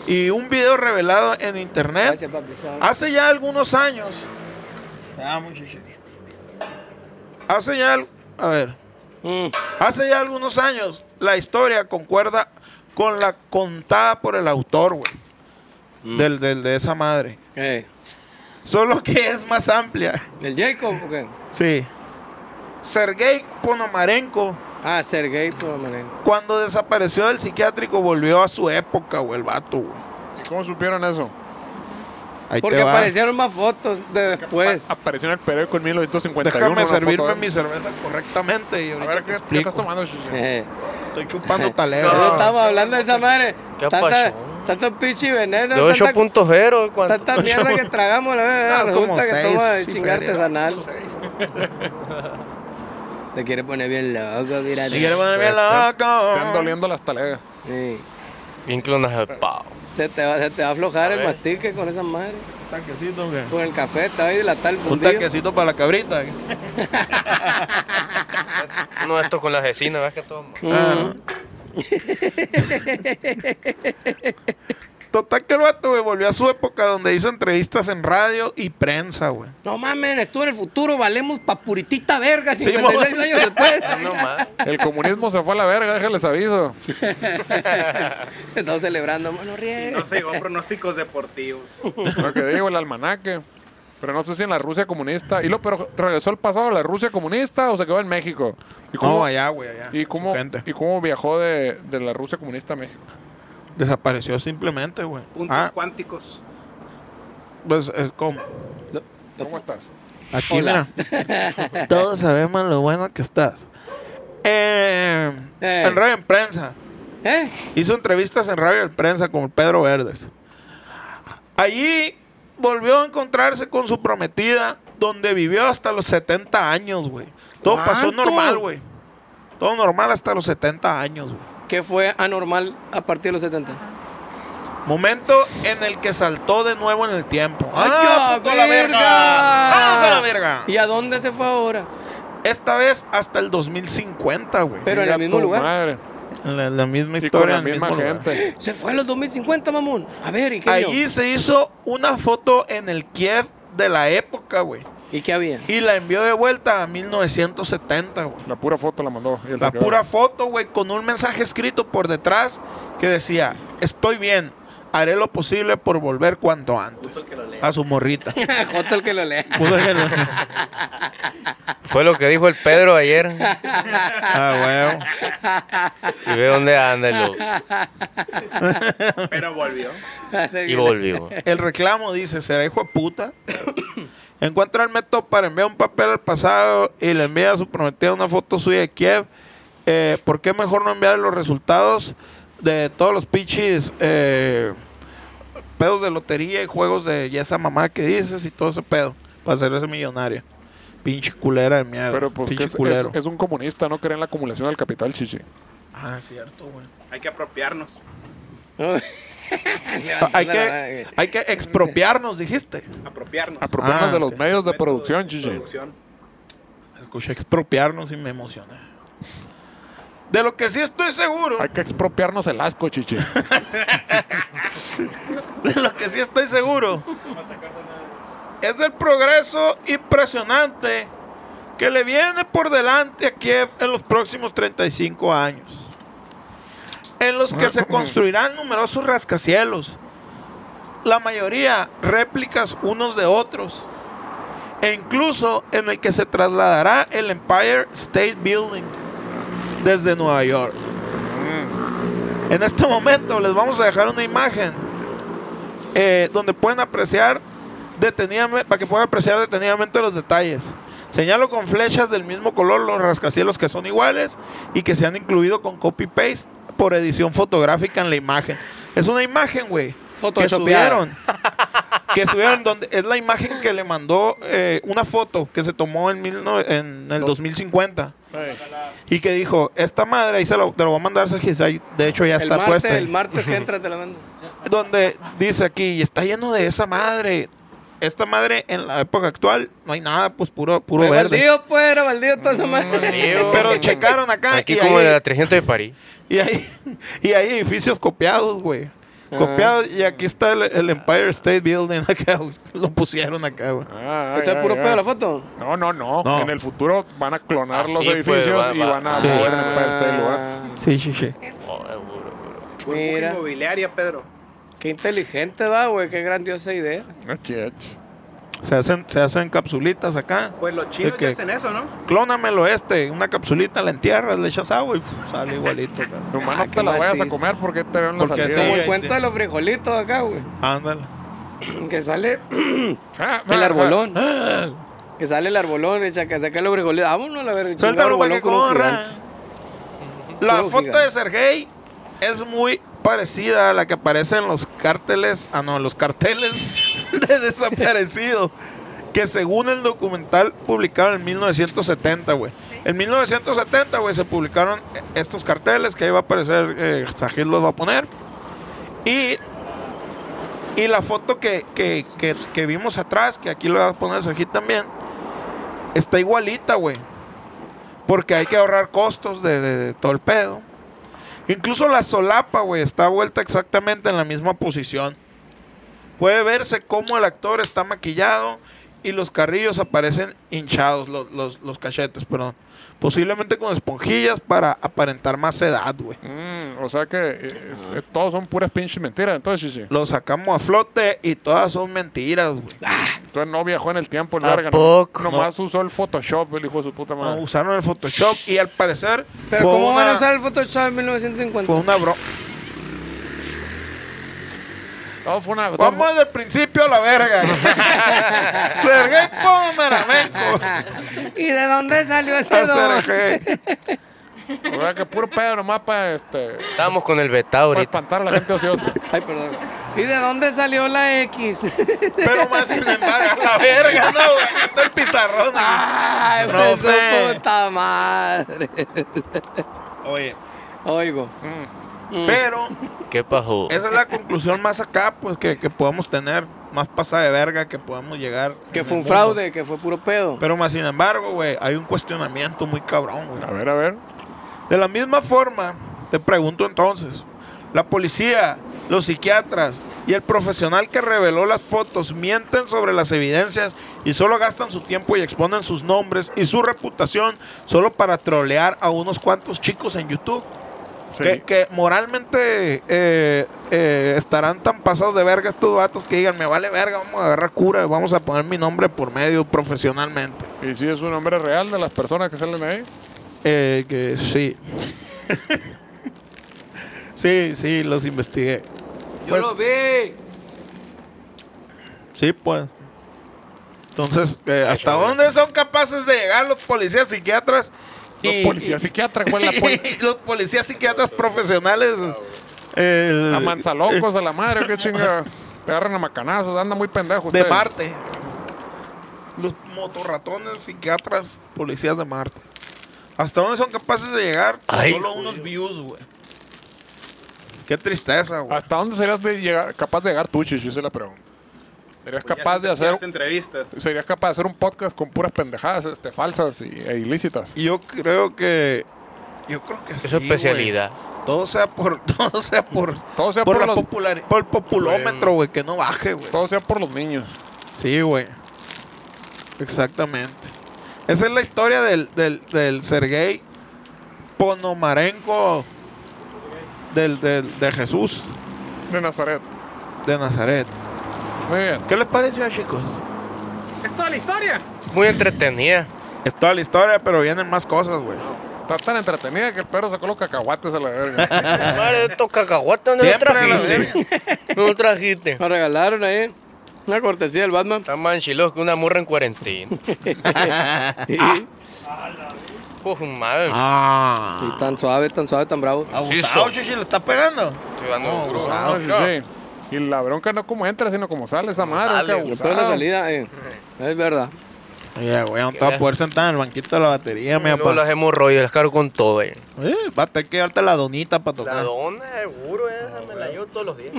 S2: y un video revelado en internet,
S4: Gracias, papi.
S2: Hace ya algunos años. Hace ya. al- A ver.
S4: Mm.
S2: Hace ya algunos años, la historia concuerda con la contada por el autor, güey.
S1: Mm.
S2: Del, del- de esa madre.
S4: Eh,
S2: Solo que es más amplia.
S4: ¿El Jacob o qué?
S2: Sí. Sergei Ponomarenko,
S4: Ah, Sergey, por lo menos.
S2: cuando desapareció del psiquiátrico, volvió a su época, güey, el vato, güey.
S1: ¿Y ¿Cómo supieron eso?
S2: Ahí
S4: Porque
S2: te va. Ah,
S4: aparecieron más fotos de después.
S1: Pa- apareció en el periódico en 1951.
S2: Déjame
S1: una foto,
S2: servirme
S1: ¿eh?
S2: mi cerveza correctamente y
S1: A
S2: ahorita
S1: ver,
S2: te
S1: ¿qué, qué estás
S2: explico.
S1: tomando? Shushi?
S4: Eh.
S2: Estoy chupando talero.
S4: Pero estamos hablando de esa madre.
S3: ¿Qué
S4: Tanta,
S3: pasó?
S4: tanto pinche veneno.
S3: De 8.0, ¿cuánto?
S4: Tanta mierda que tragamos, la verdad.
S2: No, como
S4: resulta que
S2: seis,
S4: toma de
S2: sí,
S4: chingar
S2: feria.
S4: artesanal. Te quiere poner bien loco, mira.
S2: Si quieres ponerme loco.
S1: Te han doliendo las talegas.
S4: Sí.
S3: Bien clonas al pavo.
S4: Se te, va, se te va a aflojar el
S3: ver.
S4: mastique con esa madre.
S2: Un taquecito, ¿qué?
S4: Con el café, te va a dilatar el
S2: Un
S4: fundido.
S2: taquecito para la cabrita.
S3: Uno de estos con las vecinas, ¿ves que todo?
S2: Ah. Total que el vato, güey, volvió a su época donde hizo entrevistas en radio y prensa, güey.
S4: No mames, estuvo en el futuro, valemos pa' puritita verga,
S2: Sí,
S4: 56
S2: mo-
S4: años después.
S3: No más.
S1: El comunismo se fue a la verga, déjales aviso.
S4: Estamos celebrando, mano,
S5: Y
S4: riegues.
S5: no se llegó a pronósticos deportivos.
S1: Lo que digo, el almanaque. Pero no sé si en la Rusia comunista. Y lo, pero regresó al pasado a la Rusia comunista o se quedó en México. ¿Y
S2: No,
S1: cómo,
S2: allá, güey, allá.
S1: y cómo,
S2: Gente.
S1: y cómo viajó de, de la Rusia comunista a México?
S2: Desapareció simplemente, güey.
S5: Puntos
S2: Ah,
S5: cuánticos.
S2: pues es como.
S1: ¿Cómo estás?
S2: Aquí,
S4: Hola.
S2: mira. Todos sabemos lo bueno que estás. Eh,
S4: Eh.
S2: En radio en prensa.
S4: ¿Eh?
S2: Hizo entrevistas en radio en prensa con Pedro Verdes. Allí volvió a encontrarse con su prometida, donde vivió hasta los 70 años, güey. Todo pasó
S4: ¿Cuánto?
S2: normal, güey. Todo normal hasta los 70 años, güey.
S4: ¿Qué fue anormal a partir de los 70?
S2: Momento en el que saltó de nuevo en el tiempo.
S4: ¡Ay,
S2: ¡Ah,
S4: ya,
S2: puto la verga!
S4: verga!
S2: ¡Vamos a la verga!
S4: ¿Y a dónde se fue ahora?
S2: Esta vez hasta el 2050, güey.
S4: Pero en
S1: Mira
S4: el mismo
S1: tu
S4: lugar.
S1: madre.
S2: La, la misma
S1: Y con
S2: historia,
S1: la
S2: en el
S1: misma
S2: mismo lugar.
S1: gente.
S4: Se fue a los 2050, mamón. A ver, ¿y qué vio?
S2: Allí se hizo una foto en el Kiev de la época, güey.
S4: ¿Y qué había?
S2: Y la envió de vuelta a 1970, güey.
S1: La pura foto la mandó. y él
S2: La
S1: se quedó.
S2: pura foto, güey, con un mensaje escrito por detrás que decía, estoy bien, haré lo posible por volver cuanto antes. A su morrita.
S4: Joto el que lo lea.
S2: Puto que lo-
S3: Fue lo que dijo el Pedro ayer.
S2: ah, güey.
S3: Y ve dónde anda el loco.
S5: Pero volvió.
S3: Y volvió.
S2: El reclamo dice, será hijo de puta. Encuentra el método para enviar un papel al pasado y le envía a su prometida una foto suya de Kiev. Eh, ¿Por qué mejor no enviar los resultados de todos los pinches eh, pedos de lotería y juegos de ya esa mamá que dices y todo ese pedo? Para hacerse millonario. Pinche culera de mierda.
S1: Pero pues que
S2: pinche
S1: es, es,
S2: culero.
S1: es un comunista, no cree en la acumulación del capital, chichi.
S2: Ah, es cierto, güey.
S5: Hay que apropiarnos.
S2: Hay que, hay que expropiarnos, dijiste.
S5: Apropiarnos.
S1: Apropiarnos
S2: Ah,
S1: de los
S2: ok.
S1: medios de
S5: Método
S1: producción, chichi.
S5: producción.
S2: Escuché expropiarnos y me emocioné. De lo que sí estoy seguro.
S1: Hay que expropiarnos el asco, chichi.
S2: De lo que sí estoy seguro es del progreso impresionante que le viene por delante a Kiev en los próximos 35 años, en los que se construirán numerosos rascacielos, la mayoría réplicas unos de otros, e incluso en el que se trasladará el Empire State Building desde Nueva York. En este momento les vamos a dejar una imagen eh, donde pueden apreciar detenidamente, para que puedan apreciar detenidamente los detalles. Señalo con flechas del mismo color los rascacielos que son iguales y que se han incluido con copy-paste por edición fotográfica en la imagen. Es una imagen, güey. Que
S4: Photoshopeada.
S2: subieron. que subieron donde es la imagen que le mandó eh, una foto que se tomó en, mil no- en el 2050 y que dijo, esta madre ahí se lo, te lo voy a mandar, Sergio, ahí, de hecho ya
S4: El
S2: está
S4: martes,
S2: puesta.
S4: el martes que entra te lo mando.
S2: donde dice aquí, y está lleno de esa madre. Esta madre en la época actual no hay nada, pues puro, puro
S4: Pues,
S2: verde.
S4: Baldío, pues, era baldío toda esa madre.
S3: Baldío.
S2: Pero checaron acá
S3: Aquí
S2: y,
S3: como
S2: hay,
S3: en la 300 de París.
S2: y, hay, y hay edificios copiados, güey.
S4: Ah.
S2: Copiados, y aquí está el, el Empire State Building acá, güey. lo pusieron acá, güey.
S1: Ah,
S4: ¿Usted
S1: ay,
S4: es puro
S1: ay,
S4: pedo
S1: ay.
S4: la foto?
S1: No, no, no,
S2: No.
S1: En el futuro van a clonar
S3: Ah,
S1: los
S3: sí, pues,
S1: edificios
S3: va-
S1: y
S3: va-
S1: van a
S3: sí.
S1: mover en el Empire State lugar.
S2: Sí, sí, sí.
S4: Ah, Mira,
S5: Inmobiliaria, Pedro.
S4: qué inteligente va, güey, qué grandiosa idea.
S1: Ach, ach.
S2: Se hacen, se hacen capsulitas acá.
S5: Pues los chinos
S2: Es que-
S5: ya hacen eso, ¿no?
S2: Clónamelo este, una capsulita la entierras, le echas agua y uf, sale igualito. acá.
S1: Nomás
S4: Ah,
S1: no
S4: qué
S1: te la vayas a
S4: macizo.
S1: comer porque te veo en la
S2: Porque
S1: salida.
S4: Como
S2: Sí,
S4: el
S2: ahí
S4: cuento
S2: te-
S4: de los frijolitos acá, güey.
S2: Ándale.
S4: Que sale
S1: Ah, ah,
S4: el
S1: ah.
S4: arbolón. ah. Que sale el arbolón, echa que saca los frijolitos. Vámonos a la verga. chingado
S2: Suéltalo para
S4: arbolón
S2: que
S4: con un
S2: corra.
S4: gigante.
S2: La
S4: Puro
S2: foto
S4: gigante.
S2: de Sergey es muy parecida a la que aparece en los cárteles, ah no, en los carteles de desaparecido, que según el documental publicado en 1970, güey. En 1970, güey, se publicaron estos carteles que ahí va a aparecer, eh, Sajid los va a poner. Y, y la foto que, que- que- que vimos atrás, que aquí lo va a poner Sajid también, está igualita, güey. Porque hay que ahorrar costos de, de- de todo el pedo. Incluso la solapa, güey, está vuelta exactamente en la misma posición. Puede verse cómo el actor está maquillado y los carrillos aparecen hinchados, los, los- los cachetes, perdón. Posiblemente con esponjillas para aparentar más edad, güey.
S1: Mm, o sea que es- es- todos son puras pinches mentiras. Entonces, chichi.
S2: Lo sacamos a flote y todas son mentiras, güey.
S4: Ah.
S1: Entonces no viajó en el tiempo, el
S3: ¿A
S1: verga,
S3: poco?
S1: No, nomás usó el Photoshop, el hijo de su puta
S2: No,
S1: madre.
S2: usaron el Photoshop y al parecer
S4: Pero
S2: fue,
S4: ¿cómo van a
S2: una-
S4: usar el Photoshop en 1950?
S2: fue una broma.
S1: Todo fue una. todo
S2: Vamos
S1: fue-
S2: desde el principio a la verga. Sergey Pomeramenco.
S4: Ah, ¿Y de dónde salió ese
S2: A
S4: don?
S2: Sergey.
S1: o sea que puro pedo nomás para este.
S3: Estábamos con el Betá
S1: Para
S3: ahorita.
S1: espantar a la gente ociosa.
S4: Ay, perdón. ¿Y de dónde salió la X?
S2: Pero más sin embargo, a la verga, no, güey. Aquí está el pizarrón.
S4: ¡Ay, pues
S2: Profe.
S4: su puta madre!
S2: Oye,
S4: Oigo. Mm.
S2: pero
S3: ¿Qué pasó?
S2: esa es la conclusión más acá, pues, que, que podamos tener. Más pasada de verga que podamos llegar. en
S4: Que
S2: el
S4: fue un
S2: mundo.
S4: fraude, que fue puro pedo.
S2: Pero más sin embargo, güey, hay un cuestionamiento muy cabrón, güey.
S1: A ver, a ver.
S2: De la misma forma, te pregunto entonces, la policía, los psiquiatras y el profesional que reveló las fotos mienten sobre las evidencias y solo gastan su tiempo y exponen sus nombres y su reputación solo para trolear a unos cuantos chicos en YouTube.
S1: Sí.
S2: Que, que moralmente eh, eh, estarán tan pasados de verga estos vatos que digan, me vale verga, vamos a agarrar cura, vamos a poner mi nombre por medio profesionalmente.
S1: ¿Y si es un nombre real de las personas que salen ahí?
S2: Eh, que sí. sí, sí, los investigué.
S4: ¡Yo lo vi!
S2: Sí, pues. Entonces, eh, ¿hasta dónde son capaces de llegar los policías psiquiatras?
S1: Los
S2: y-
S1: policías psiquiatras, güey. La
S2: y-
S1: poli-
S2: los policías psiquiatras profesionales.
S1: Ah,
S2: el-
S1: a manzalocos, a la madre, qué chinga. Te agarran a macanazos, anda muy pendejo.
S2: de
S1: ustedes.
S2: Marte. Los motorratones, psiquiatras, policías de Marte. ¿Hasta dónde son capaces de llegar?
S3: Ay,
S2: Solo unos views, güey. Qué tristeza, güey.
S1: ¿Hasta dónde serías de llegar- capaz de llegar tú, Chichi? Esa es la pregunta. ¿Serías capaz de hacer
S5: Las entrevistas.
S1: serías capaz de hacer un podcast con puras pendejadas este, falsas y, e ilícitas.
S2: Yo creo que. Yo creo que
S3: Es
S2: sí,
S3: su especialidad.
S2: güey. Todo sea por. Todo sea por.
S1: Todo sea por
S2: la
S1: los-
S2: popular- por el populómetro, güey. Que no baje, güey.
S1: Todo sea por los niños.
S2: Sí, güey. Exactamente. Esa es la historia del, del, del Sergei Ponomarenko. Del, del, de Jesús
S1: De Nazaret.
S2: de Nazaret.
S1: Muy bien.
S2: ¿Qué les pareció, chicos?
S5: Es toda la historia.
S3: Muy entretenida.
S2: Es toda la historia, pero vienen más cosas, güey.
S1: Está tan entretenida que el perro sacó los cacahuates a la verga.
S3: Madre, estos cacahuates, ¿dónde los
S2: Siempre a la
S3: trajiste? ¿Dónde los trajiste?
S4: Nos regalaron ahí una cortesía del Batman.
S3: Están más enchilados que una murra en cuarentena.
S4: Y,
S3: Pues madre,
S2: Ah.
S4: y tan suave, tan suave, tan bravo.
S2: Abusado,
S3: Sí,
S2: chichi, le está pegando.
S3: estoy dando
S2: No,
S3: duro.
S1: Ah, sí,
S3: Mira.
S1: sí. Y la bronca no como entra, sino como sale esa madre.
S3: sale,
S1: qué
S3: güey.
S4: Después de la
S1: abusado.
S4: salida, eh. Es verdad.
S2: Oye, güey, no te
S3: Qué
S2: vas
S3: la-
S2: a poder sentar en el banquito de la batería, mi
S3: Y luego las
S2: papá.
S3: hemorroides, las cargo con todo, eh.
S2: Eh, va a tener que darte la donita para
S3: La
S2: tocar.
S3: dona, seguro, esa me la llevo todos los días.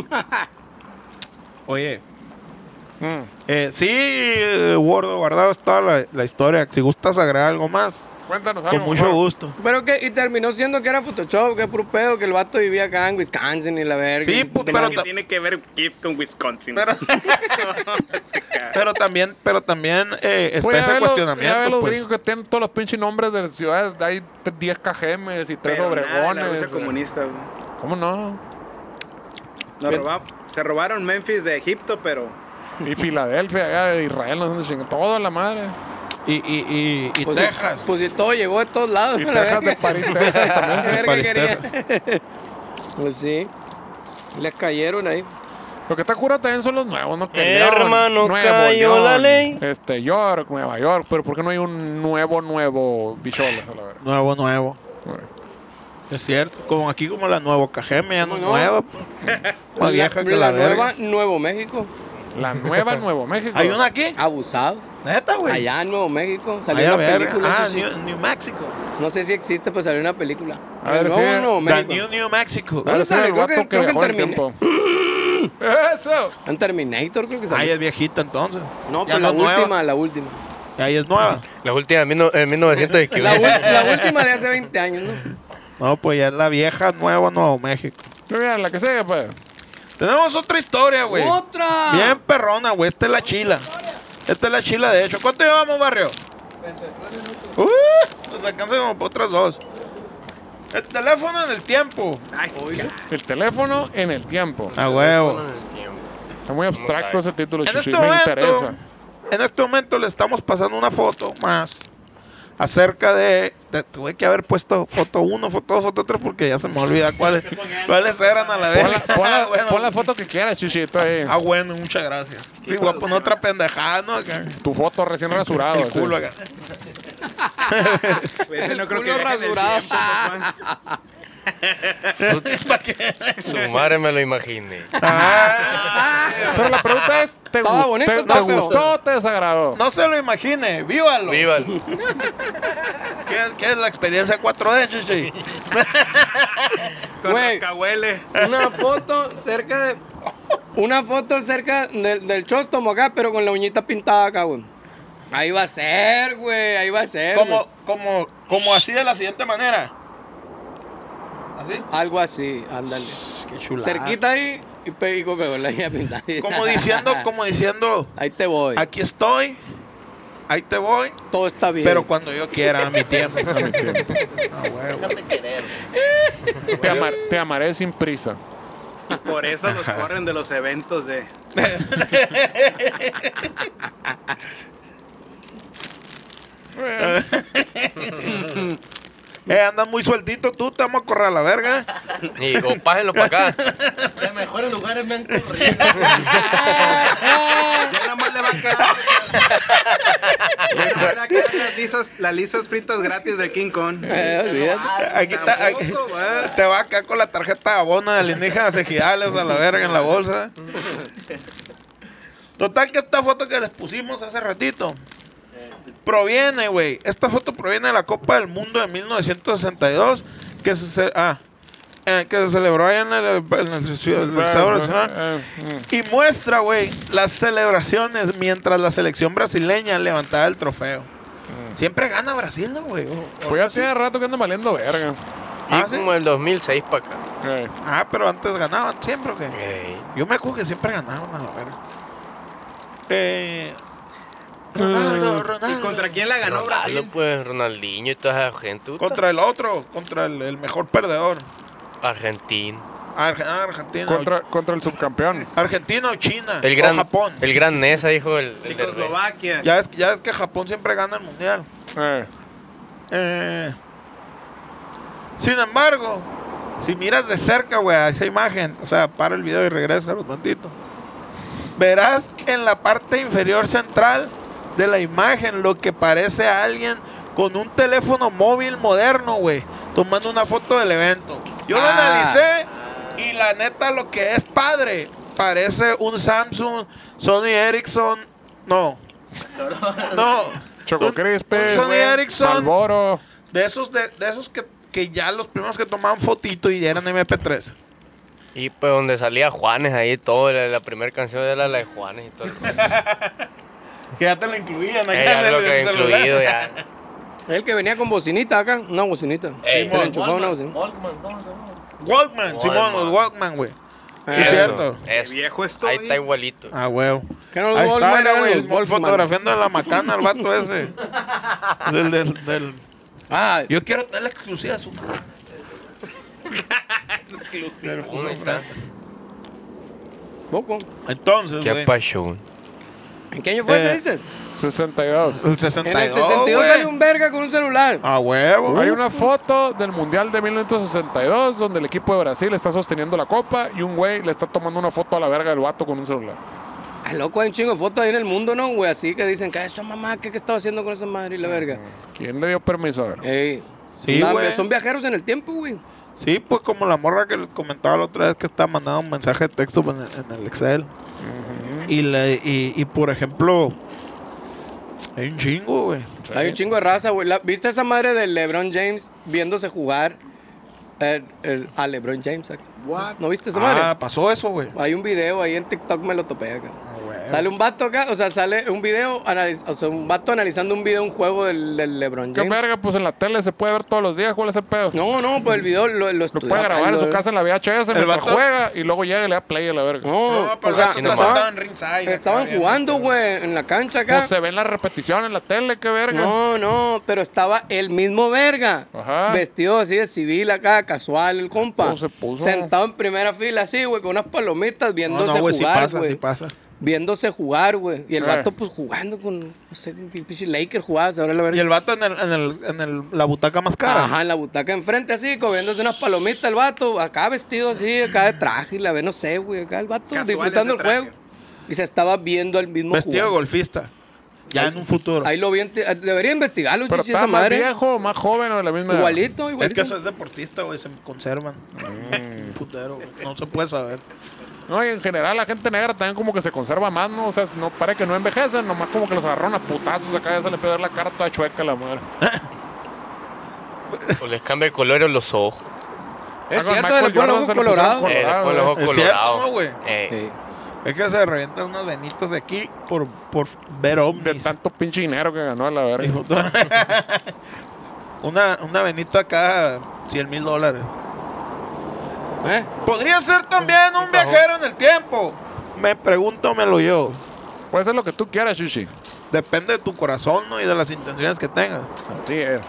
S2: Oye,
S1: Mm.
S2: eh, sí, eh, Gordo, guardado está la, la historia. Si gustas agregar algo más,
S1: Cuéntanos algo.
S2: con mucho
S1: mejor.
S2: gusto.
S4: Pero que, y terminó siendo que era Photoshop, que puro pedo, que el vato vivía acá en Wisconsin y la verga.
S2: Sí,
S4: y
S2: pues,
S4: que
S2: pero
S4: no-
S5: ¿Qué
S2: ta-
S5: tiene que ver GIF con Wisconsin?
S2: Pero, pero también, pero también eh, está
S1: Pues ya
S2: ese
S1: ve los-
S2: cuestionamiento.
S1: ya ve los
S2: pues.
S1: gringos que tienen todos los pinches nombres de las ciudades. Hay t- 10 KGMs y 3
S5: Pero nada, la
S1: Obregones.
S5: lucha comunista. güey.
S1: ¿Cómo no?
S5: Nos roba- se robaron Memphis de Egipto, pero
S1: Y Filadelfia, allá de Israel, no sé dónde chingan. Todo a la madre.
S2: Y, y, y, y
S4: pues, si-
S2: Texas.
S4: pues si todo llegó de todos lados.
S1: Y
S4: la
S1: Texas
S4: verga.
S1: de París, Texas también.
S4: Qué
S2: de
S4: verga
S2: París,
S4: quería. Pues sí. Les cayeron ahí.
S1: Lo que está curado también son los nuevos, ¿no? Que
S3: Hermano,
S1: Nuevo
S3: cayó la
S1: León,
S3: ley.
S1: Este, York, Nueva York. Pero ¿por qué no hay un nuevo, nuevo Bicholas a la verga?
S2: Nuevo, nuevo.
S4: Pues-
S1: Bueno.
S2: Es cierto. Como aquí, como la nuevo Cajeme, ya no es
S4: ¿Cómo no?
S2: nueva. pues. Más vieja que la, verga.
S4: nueva Nuevo México.
S1: La nueva Nuevo México.
S2: Hay una aquí.
S4: Abusado.
S2: Neta, güey.
S4: Ah. Allá en Nuevo México salió
S2: Allá,
S4: una
S2: verga.
S4: película.
S2: Ah,
S4: eso sí.
S2: New, New Mexico.
S4: No sé si existe, pues salió una película.
S1: A ver,
S4: El
S1: sí,
S4: Nuevo Nuevo
S2: The
S4: México.
S2: New New Mexico.
S4: Ah,
S1: Debe ser
S4: sale,
S1: el
S4: creo
S1: vato
S4: que- creo
S1: que
S4: que
S1: viajó en
S4: terminé.
S1: tiempo. ¡Eso!
S4: En Terminator creo que
S2: Ahí
S4: salió.
S2: es viejita entonces.
S4: no,
S2: Ya
S4: pues la
S2: es nueva.
S4: última, la última.
S2: Ahí es nueva.
S3: La última en mil- eh, en 1900 y que-
S4: La, ul- la última de hace 20 años, ¿no?
S2: No, pues ya es la vieja nueva Nuevo México.
S1: Muy bien, la que sigue, pues.
S2: Tenemos otra historia, güey.
S4: ¡Otra!
S2: Bien perrona, güey. Esta es la chila. Esta es la chila, de hecho. ¿Cuánto llevamos, barrio? Uh, nos alcanza como por otras dos. El teléfono en el tiempo.
S5: ay,
S1: El teléfono en el tiempo.
S2: A huevo.
S1: Está muy abstracto ese título,
S2: En
S1: chichi.
S2: este,
S1: Me
S2: momento,
S1: interesa.
S2: en este momento le estamos pasando una foto más acerca de, de- Tuve que haber puesto foto 1, foto 2, foto 3 porque ya se me olvida cuáles, cuáles eran a la vez. Ah,
S1: Pon la, pon la-
S2: Bueno.
S1: pon la foto que quieras, chichi. Está ahí.
S2: Ah, bueno, muchas gracias. Y voy a poner otra pendejada, ¿no? Acá.
S1: Tu foto recién rasurado.
S2: El
S1: así.
S2: culo acá.
S5: güey, ese no creo que
S4: culo
S5: viaje en el
S4: rasurado.
S5: tiempo, papá.
S3: Su madre me lo imaginé.
S2: Ah,
S1: Pero la pregunta es, ¿te,
S4: Estaba
S1: gust-
S4: bonito,
S1: te-
S4: estaba
S1: te
S4: feo.
S1: gustó o te desagradó?
S2: No se lo imagine, vívalo.
S3: Viva.
S2: ¿Qué, es- qué es la experiencia 4D, chichi?
S5: Con
S4: Güey.
S5: los cahueles.
S4: Una foto cerca de. Una foto cerca del, del chóstomo acá, pero con la uñita pintada acá, güey. Ahí va a ser, güey. Ahí va a ser.
S2: Como,
S4: güey.
S2: como, como así de la siguiente manera. ¿Así?
S4: Algo así, ándale.
S2: Pues, Qué chulada.
S4: Cerquita ahí y pedico con la uña pintada.
S2: Como diciendo, como diciendo,
S4: Ahí te voy.
S2: aquí estoy, ahí te voy,
S4: Todo está bien.
S2: pero cuando yo quiera, a mi tiempo.
S1: Te, amar- te amaré sin prisa.
S5: Por eso los corren de los eventos de.
S2: Eh, andas muy sueltito tú, te vamos a correr a la verga.
S3: Y o pájenlo para acá.
S6: De mejores lugares me han corrido.
S5: Ya nada más le va a quedar. Ya nada más le va a quedar las lisas, las lisas fritas gratis del King Kong.
S4: Eh, olvídate.
S2: Aquí está, aquí-
S5: Tampoco, va.
S2: te va acá con la tarjeta de abono de alienígenas ejidales a la verga en la bolsa. Total que esta foto que les pusimos hace ratito proviene, güey. Esta foto proviene de la Copa del Mundo de 1962 que se, ce- ah, eh, que se celebró ahí en el, en el ci- el Estado Nacional.
S1: Eh, eh,
S2: Y muestra, güey, las celebraciones mientras la selección brasileña levantaba el trofeo. Siempre gana Brasil, ¿no, güey? O- o-
S1: Pues ya tiene rato que anda valiendo verga.
S2: Ah,
S3: Y
S2: ¿sí?
S3: como el 2006 para acá.
S1: Eh,
S2: Ah, pero antes ganaban siempre, ¿o qué?
S3: Ey.
S2: Yo me acuerdo que siempre ganaban, a la verga. Eh, Ronaldo, Ronaldo.
S5: ¿Y contra quién la ganó
S3: Ronaldo,
S5: Brasil?
S3: pues, Ronaldinho y toda esa gente. puta.
S2: Contra el otro, contra el, el mejor perdedor.
S3: Argentina.
S2: Arge- ah, Argentina.
S1: contra, contra el subcampeón.
S2: Argentina o China.
S3: El
S2: o
S3: gran,
S2: Japón.
S3: el gran Nesa, dijo el, el del rey.
S5: Checoslovaquia.
S2: Ya, es, ya es que Japón siempre gana el mundial.
S1: Eh,
S2: Eh, sin embargo, si miras de cerca, güey, a esa imagen, o sea, para el video y regresa los tantitos, verás en la parte inferior central de la imagen lo que parece a alguien con un teléfono móvil moderno, güey, tomando una foto del evento. Yo lo
S4: Ah.
S2: analicé y la neta lo que es padre, parece un Samsung, Sony Ericsson, no. No.
S1: Choco
S2: Un-
S1: Crispe.
S2: un Sony Ericsson.
S1: Malboro.
S2: De esos, de, de esos que, que ya los primeros que tomaban fotito y ya eran MP3.
S3: Y pues donde salía Juanes ahí todo, la, la primera canción era la de Juanes y todo. el rollo.
S2: Que ya te lo incluían
S3: Ey,
S2: acá en
S3: Eh, ya
S2: el,
S3: lo que
S2: en el celular.
S3: incluido eh. ya.
S4: El que venía con bocinita acá. Una bocinita.
S3: Ey,
S4: Que le enchufaba una
S6: Walkman,
S4: bocinita.
S6: Walkman, ¿cómo se llama?
S2: Walkman, Simón,
S3: Walkman.
S2: los Walkman, güey.
S4: Eh,
S2: Es cierto.
S5: Qué viejo estoy.
S3: Ahí está igualito.
S2: Ah, huevo.
S4: Que no los
S2: Ahí
S4: Walkman
S2: está, era,
S4: eran
S2: güey,
S4: los
S2: el
S4: Walkman.
S2: fotografiando a la macana al vato ese. Del, del, del-
S4: Ah,
S2: Yo quiero tener la exclusiva su Del
S3: Uno
S2: Walkman.
S3: está.
S4: poco.
S2: Entonces,
S3: ¿Qué
S2: güey.
S3: pasó?
S4: ¿En qué año fue
S2: Eh,
S4: ese, dices?
S1: 62.
S2: El
S4: En el
S2: 62,
S4: 62
S2: güey.
S4: salió un verga con un celular.
S2: Ah, huevo.
S4: Uh.
S1: Hay una foto del Mundial de 1962 donde el equipo de Brasil está sosteniendo la copa y un güey le está tomando una foto a la verga del vato con un celular.
S4: Ah, loco, hay un chingo de fotos ahí en el mundo, ¿no, güey? Así que dicen que esa mamá, ¿qué, qué estaba haciendo con esa madre y la verga?
S1: ¿Quién le dio permiso? A ver.
S4: Ey.
S2: Sí,
S4: Nada,
S2: güey.
S4: Son viajeros en el tiempo, güey.
S2: Sí, pues como la morra que les comentaba la otra vez que estaba mandando un mensaje de texto en el, en el Excel. y, le- y, y, por ejemplo, hay un chingo, güey.
S4: Hay un chingo de raza, güey. La- ¿Viste esa madre de LeBron James viéndose jugar el- el- a LeBron James? acá?
S5: What?
S4: ¿No viste esa madre?
S2: Ah, pasó eso, güey.
S4: Hay un video ahí en TikTok, me lo topé acá.
S2: güey.
S4: Sale un vato acá, o sea, sale un video, analiz- o sea, un vato analizando un video, un juego del, del LeBron
S1: ¿Qué
S4: James.
S1: verga? Pues en la tele se puede ver todos los días. ¿Cuál es el pedo?
S4: No, no, pues el video lo, lo
S1: Lo
S4: estudió
S1: puede
S4: acá,
S1: grabar en
S4: lo-
S1: su casa en la VHS
S2: El
S1: mientras
S2: vato-
S1: juega y luego llega y le da play a la verga.
S4: No,
S2: No, pero
S4: o sea,
S2: eso está
S4: estaban-
S2: sentado en ringside, acá
S4: estaban
S2: viendo.
S4: jugando, güey, en la cancha acá.
S1: Pues se ven la repetición en la tele, qué verga.
S4: No, no, pero estaba el mismo verga.
S1: Ajá.
S4: Vestido así de civil acá, casual, el compa.
S1: Se puso.
S4: Sentado en primera fila así, güey, con unas palomitas
S2: No,
S4: viéndose
S2: no, güey, sí
S4: jugar,
S2: pasa,
S4: güey.
S2: sí pasa.
S4: viéndose jugar, güey. Y el
S1: Eh.
S4: vato, pues, jugando con, no sé, un pinche Laker jugaba, se abre la
S2: Y
S4: verga.
S2: el vato en, el, en, el, en el- la butaca más cara.
S4: Ajá, en la butaca enfrente así, comiéndose unas palomitas el vato, acá vestido así, acá de traje, y la ve, no sé, güey, acá el vato
S5: Casual
S4: disfrutando el
S5: ese traje.
S4: juego. Y se estaba viendo al mismo
S2: Vestido de
S4: jugar.
S2: golfista. Ya en un futuro.
S4: Ahí lo vi. en ti- Debería investigarlo,
S1: Pero
S4: chichi, esa
S1: está más
S4: madre.
S1: viejo, más joven o de la misma edad?
S4: Igualito,
S2: Es que
S4: igualito.
S2: eso es deportista, güey, se conservan.
S4: Mm.
S2: Un putero, güey. No se puede saber.
S1: No, y en general la gente negra también como que se conserva más, ¿no? O sea, no, para que no envejecen, nomás como que los agarraron a putazos acá, ya se le puede ver la cara toda chueca a la madre.
S3: O les cambia el color en los ojos.
S4: Es
S1: Hagan
S4: cierto, le
S1: Michael Jordan,
S4: ponen ojo
S1: se le pusieron
S4: colorado.
S1: color-
S3: Eh,
S1: Colorado,
S3: con los ojos
S2: ¿Es cierto,
S3: colorados.
S2: no, güey?
S3: Eh,
S4: Sí.
S2: Es que se revientan unas venitas de aquí por, por ver ovnis.
S1: De tanto pinche dinero que ganó a la verga.
S2: Hijo de- una, una venita acá, 100 mil dólares.
S4: ¿Eh?
S2: Podría ser también un viajero en el tiempo. Me pregunto, me lo yo.
S1: Puede ser lo que tú quieras, Shishi.
S2: Depende de tu corazón ¿no? y de las intenciones que tengas.
S1: Así es.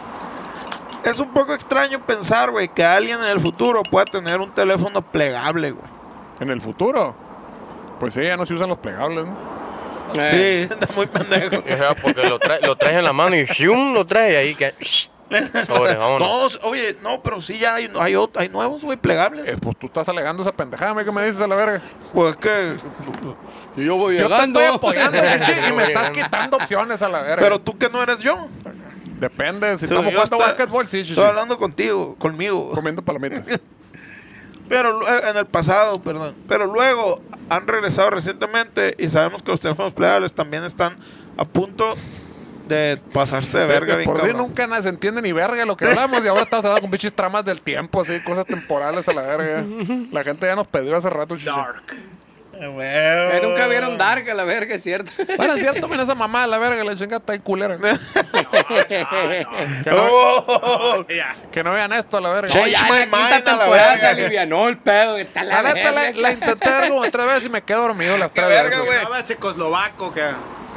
S2: Es un poco extraño pensar, güey, que alguien en el futuro pueda tener un teléfono plegable, güey.
S1: En el futuro, pues sí, ya no se usan los plegables, ¿no?
S4: Eh,
S2: Sí, está muy pendejo.
S3: O sea, porque lo, trae, lo traes en la mano y ¡shum! lo traes ahí que. Sobre, vámonos.
S2: No, s- oye, no, pero sí ya hay, hay, ot- hay nuevos, güey, plegables.
S1: Eh, pues tú estás alegando esa pendejada, ¿me? ¿qué me dices a la verga?
S2: Pues que...
S4: Yo, yo voy
S1: Yo te
S4: llegando.
S1: estoy apoyando, Shishi, y
S3: Muy
S1: me estás
S3: bien.
S1: quitando opciones a la verga.
S2: Pero tú que no eres yo.
S1: Depende, si
S2: Sí,
S1: estamos
S2: yo
S1: jugando
S2: está-
S1: basketball, sí, Shishi.
S2: Estoy hablando contigo, conmigo.
S1: Comiendo palomitas.
S2: Pero lue- en el pasado, perdón. Pero luego han regresado recientemente y sabemos que los teléfonos plegables también están a punto de pasarse de verga. bien
S1: Por Dios,
S2: cabrón.
S1: nunca na- se entiende ni verga lo que hablamos y ahora estás hablando con pinches tramas del tiempo, así, cosas temporales a la verga. La gente ya nos pidió hace rato. chichi.
S2: Eh, huevo.
S4: Eh, Nunca vieron Dark a la verga, es cierto.
S1: Bueno, Ah, es cierto, mira esa mamá, la verga, la chingada está ahí culera. Que no,
S2: Oh,
S1: que no vean esto a la verga.
S2: Sí.
S4: Oye, ya
S2: my
S4: la
S2: mind a la
S4: quinta temporada se
S2: verga.
S4: alivianó el pedo. que Está
S1: La
S4: la
S1: neta, la, la
S4: verga.
S1: intenté ver como tres veces y me quedé dormido las
S2: Qué
S1: tres
S2: verga,
S1: veces.
S2: güey.
S5: Hablaba checoslovaco, que.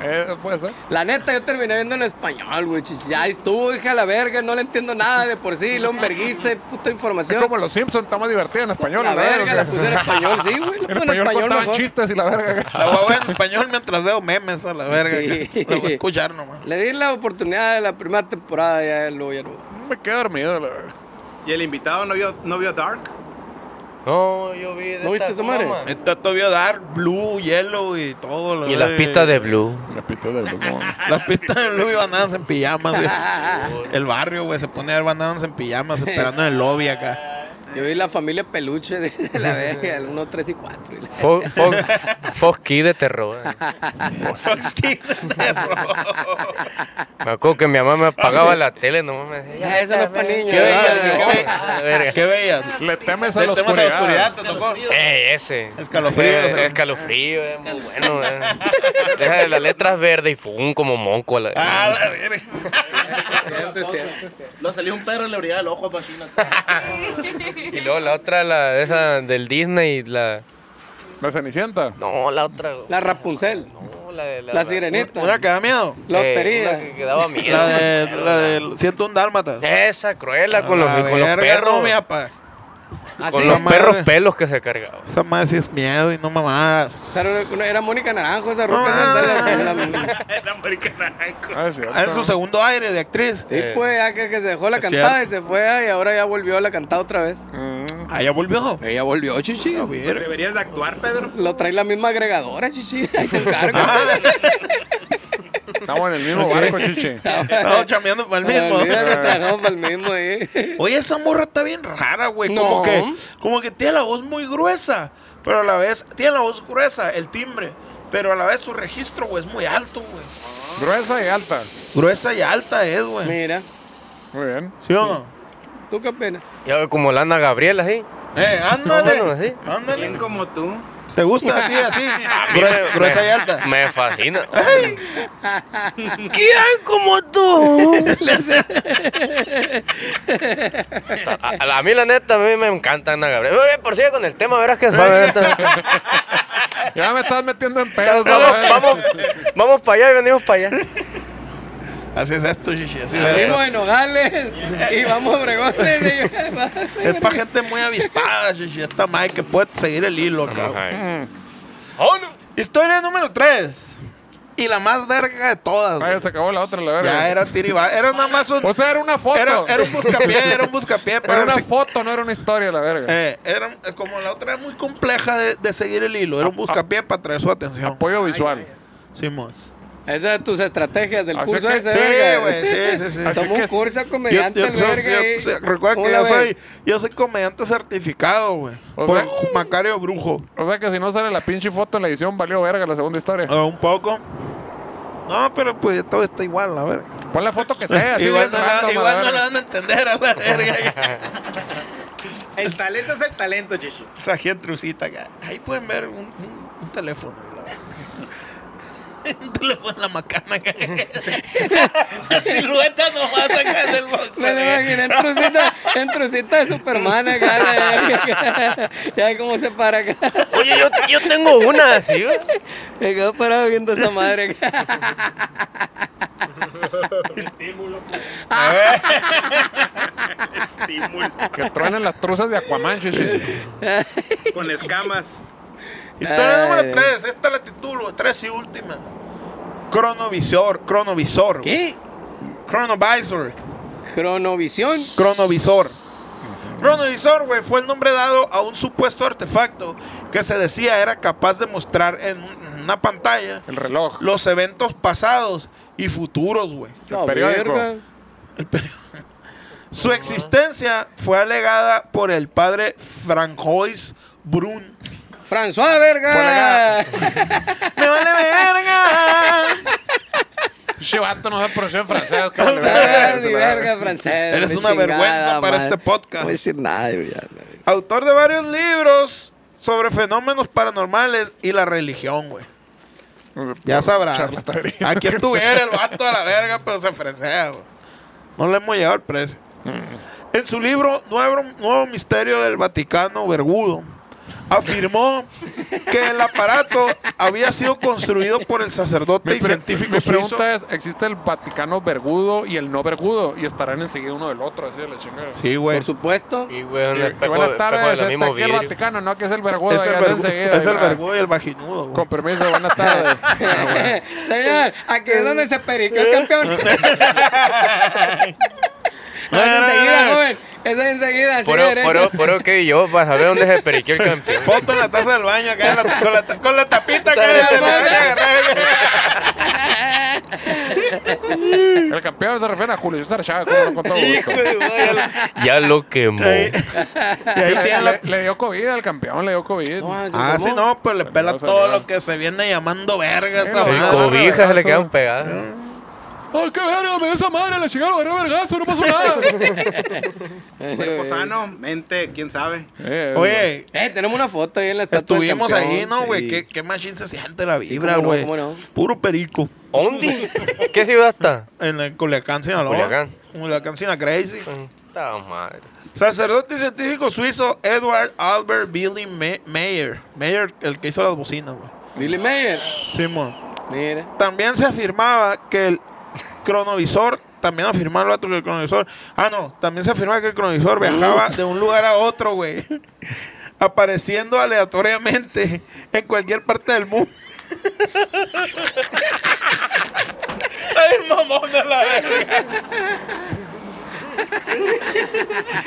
S1: Eh, puede ser.
S4: La neta, yo terminé viendo en español, güey. chichi. Ya estuvo, hija, la verga. No le entiendo nada de por sí. Lo enverguice, puta
S1: Es
S4: información.
S1: como los Simpsons, está más divertida en español.
S4: la verga,
S1: o sea.
S4: la puse en español, sí, güey.
S1: En
S4: La puse en
S1: español
S4: español
S1: contaban
S4: mejor.
S1: chistes y la verga.
S2: La voy a ver en español mientras veo memes a la verga.
S4: Sí.
S2: La voy a escuchar nomás.
S4: Le di la oportunidad de la primera temporada ya luego ya no.
S1: Me quedé dormido, la verga.
S5: ¿Y el invitado no vio, no vio Dark?
S3: No, yo vi. de
S4: ¿No viste
S3: esta
S4: esa madre?
S3: broma.
S2: Está todavía dar blue, hielo y todo. la
S3: Y las
S2: verga.
S3: pistas de Blue.
S1: La pistola del
S2: Las pistas de blue y bananas en pijamas. güey. El barrio, güey, se pone a ver bananas en pijamas esperando en el lobby acá.
S4: Yo vi la familia peluche de, de la verga, el 1, 3 y 4.
S3: Fo- fo- Fosky de terror.
S2: Pues, Sí, perro.
S3: Me acuerdo que mi mamá me apagaba la tele, no me decía.
S4: Ya, eso no es para niños.
S2: ¿Qué
S4: ¿verdad?
S2: veías?
S3: Ah, verga.
S2: ¿Qué veías?
S1: Le temes a
S2: El
S1: la
S2: tema es la oscuridad,
S1: oscuridad.
S2: te tocó.
S3: Ey, ese.
S2: Escalofrío.
S3: Eh, escalofrío, es muy bueno. eh. Deja de las letras verdes y fum, como monco. a la-
S2: Ah, la verga.
S6: No salió un perro y le brillaba el ojo a Machina.
S3: Y luego la otra, la de esa del Disney, la.
S1: La Cenicienta.
S3: No, la otra.
S4: La Rapunzel,
S3: No, la de la.
S4: la sirenita,
S2: Una que da miedo.
S4: la
S3: eh,
S4: hostería.
S3: una que, que daba miedo.
S2: La de, la de Siento un dálmata.
S3: Esa, cruela Eh, con los,
S2: La
S3: con los
S2: verga,
S3: perros.
S2: No, mi papá.
S4: Ah,
S3: con
S4: sí.
S3: los
S2: mamá,
S3: perros
S2: güey.
S3: pelos que se cargaban.
S2: Esa madre sí es miedo y no mamadas.
S4: Pero no, era Mónica Naranjo esa ropa.
S2: Ah.
S6: Era americana.
S1: Ah, es cierto.
S2: Ah, En su segundo aire de actriz.
S3: Eh.
S4: Sí, pues, ya que, que se dejó la
S2: Es
S4: cantada y se fue ah, y ahora ya volvió a la cantada otra vez.
S2: Ah, ya volvió.
S4: Ella volvió, chichi.
S2: A
S5: Pues
S2: ver.
S5: deberías de actuar, Pedro.
S4: Lo trae la misma agregadora, chichi. Ah, Ahí te encargo.
S1: Estamos en el mismo barco, chiche.
S2: Estaba chameando para el mismo.
S4: Olvídate, trabajamos para el mismo ahí.
S2: Oye, esa morra está bien rara, güey. Como,
S4: No.
S2: que, como que tiene la voz muy gruesa. Pero a la vez, tiene la voz gruesa, el timbre. Pero a la vez su registro, güey, es muy alto, güey.
S1: Gruesa y alta.
S2: Gruesa y alta es, güey.
S4: Mira,
S1: Muy bien.
S2: ¿Sí o no?
S4: tú qué pena.
S3: Ya como Lana Gabriela, así.
S2: Eh, ándale.
S3: Bueno, sí.
S5: Bien
S2: Ándale.
S5: como tú.
S2: ¿Te gusta a ti así?
S3: A mí
S2: Gruesa,
S3: me-
S2: gruesa
S3: me-
S2: y alta.
S3: Me fascina.
S4: ¿Quién como tú?
S3: A, a la- a mí, la neta, a mí me encanta Ana Gabriela. Oye, por sigue con el tema, verás que suave. neta.
S1: Ya me estás metiendo en pedos. a la
S3: vamos,
S1: verga.
S3: vamos, vamos para allá y venimos para allá.
S2: Así es esto, Shishi. Así es esto.
S4: Salimos de Nogales y vamos a Bregones.
S2: Es para gente muy avispada, Shishi. Esta madre que puede seguir el hilo acá.
S3: Oh, no.
S2: Historia número 3. Y la más verga de todas.
S1: Ah, ya
S2: güey.
S1: se acabó la otra, la verga.
S2: Ya era tiriba. Era nada más un.
S1: O sea, Pues era una foto.
S2: Era,
S1: Era,
S2: era un buscapié, era un buscapié. Pero
S1: una
S2: sí-
S1: foto, no era una historia, la verga.
S2: eh, era eh, como la otra era muy
S1: Ah, pues.
S2: compleja de, de seguir el hilo. Era un buscapié para traer su atención.
S1: Apoyo visual.
S2: Simón.
S4: Esas son tus estrategias del
S1: Así
S4: curso
S1: que-
S4: ese,
S2: Sí,
S4: verga.
S2: güey, sí, sí, sí.
S1: Así
S4: Tomó un
S1: que-
S4: curso de
S2: Yo- yo-
S4: comediante, el
S2: yo-
S4: verga.
S2: yo-
S4: ahí.
S2: se- recuerda
S4: ¿Cómo
S2: que
S4: la
S2: yo
S4: ves?
S2: soy, yo soy comediante certificado, güey.
S1: O
S2: Por
S1: sea-
S2: Macario Brujo.
S1: O sea que si no sale la pinche foto en la edición, valió verga la segunda historia.
S2: Ah, un poco. No, pero pues todo está igual, la verga.
S1: Pon la foto que sea. así
S2: igual
S1: bien
S2: no, la,
S1: random, a la
S2: igual no
S1: verga.
S2: la van a entender a la verga.
S5: El talento es el talento, Chichi.
S2: Esa gentrucita acá. Ahí pueden ver un, un- un teléfono. la verga. un teléfono en la macana. acá. la silueta nomás acá del box.
S4: Me lo imaginé en trucita, en trucita de Superman acá. la verga. Ya ven cómo se para acá.
S3: Oye, yo, yo tengo una, ¿sí? güey?
S4: Me quedo parado viendo esa madre acá.
S5: Estímulo.
S1: Que truenen las truzas de Aquaman, chichi.
S5: Con escamas.
S2: Historia
S4: Ay.
S2: número 3, esta la titulo, 3 y última. Cronovisor, cronovisor.
S4: ¿Qué?
S2: Cronovisor,
S4: Cronovisión.
S2: cronovisor. Cronovisor, güey, fue el nombre dado a un supuesto artefacto que se decía era capaz de mostrar en una pantalla
S1: El reloj.
S2: los eventos pasados y futuros, güey.
S4: La
S1: periódico.
S4: Oh, verga.
S2: Su existencia fue alegada por el padre Francois Brun.
S4: François, verga.
S2: ¡Me vale verga!
S1: Pinche vato no sabe pronunciar francés. que vale
S4: Ah,
S1: verga.
S4: mi verga francés.
S2: Eres
S4: mi
S2: una vergüenza para
S4: madre.
S2: este podcast.
S4: No voy a decir nada. yo ya, la verga.
S2: Autor de varios libros sobre fenómenos paranormales y la religión, güey. Ya sabrás.
S1: Charlatanería.
S2: Aquí estuviera el vato a la verga, pero se fresea, güey. No le hemos llegado el precio.
S1: Mm.
S2: En su libro Nuevo, Nuevo Misterio del Vaticano Vergudo, afirmó que el aparato había sido construido por el sacerdote
S1: Mi,
S2: y
S1: pre-
S2: científico
S1: mi
S2: suizo.
S1: pregunta es, ¿existe el Vaticano vergudo y el no vergudo? Y estarán enseguida uno del otro, así de la chingada.
S2: Sí, güey.
S4: Por supuesto.
S3: Y, güey, un
S1: Y- y
S3: espejo,
S1: buenas
S3: espejo de
S1: tardes,
S3: los
S1: este
S3: mismos
S1: aquí el
S3: vidrios.
S1: Vaticano, no, que es el vergudo.
S2: Es
S1: allá
S2: el,
S1: es
S2: vergu-
S1: enseguida,
S2: es el
S1: ah,
S2: vergudo y el vaginudo, güey.
S1: Con permiso, buenas tardes.
S4: Señor, aquí es donde se periqueó el campeón. Eso es enseguida, joven. Eso es enseguida. así
S3: Por
S4: de
S3: eso-
S4: derecho.
S3: por eso- por eso que yo, para saber dónde se periqueó el campeón.
S2: Foto en la taza del baño acá, en la- con, la, ta- con la tapita acá.
S4: Está
S2: de-
S4: bien,
S1: El campeón se refiere a Julio César Chávez, como no con todo gusto.
S3: Ya lo quemó.
S2: Y ahí
S1: Le,
S2: tiene la-
S1: le- le dio COVID al campeón, le dio COVID.
S4: No, se
S2: Ah, sí,
S4: formó.
S2: no, pues le pela
S1: no se
S2: todo
S1: vea.
S2: lo que se viene llamando verga
S1: Sí,
S2: esa
S1: lo
S3: El
S1: Ah,
S2: madre.
S1: dijo.
S3: cobija se le
S1: vergazo.
S3: quedaron pegadas.
S1: ¡Ay, qué verga! Me dio esa madre, la chingada, lo agarré a vergazo, no pasó nada.
S5: Cuerpo sano, mente, quién sabe.
S1: Eh,
S2: Oye,
S4: Eh, tenemos una foto ahí en la estatua del
S2: estuvimos
S4: campeón.
S2: ahí, ¿no, güey?
S4: Sí.
S2: ¿Qué, qué machín se siente la vibra,
S4: cómo no,
S2: güey.
S4: cómo no.
S2: Puro perico.
S3: ¿Dónde? ¿Qué ciudad está?
S2: En el Culiacán, Sinaloa.
S3: Culiacán.
S2: Culiacán, Sina Crazy.
S3: Está madre.
S2: Sacerdote y científico suizo Edward Albert Billy Me- Mayer. Mayer, el que hizo las bocinas, güey.
S4: Billy Mayer.
S2: Simón.
S4: Mira.
S2: También se afirmaba que el cronovisor, también afirmaba el vato que el cronovisor, ah no, también se afirmaba que el cronovisor viajaba de un lugar a otro, güey, apareciendo aleatoriamente en cualquier parte del mundo. Ay, mamón a la verga.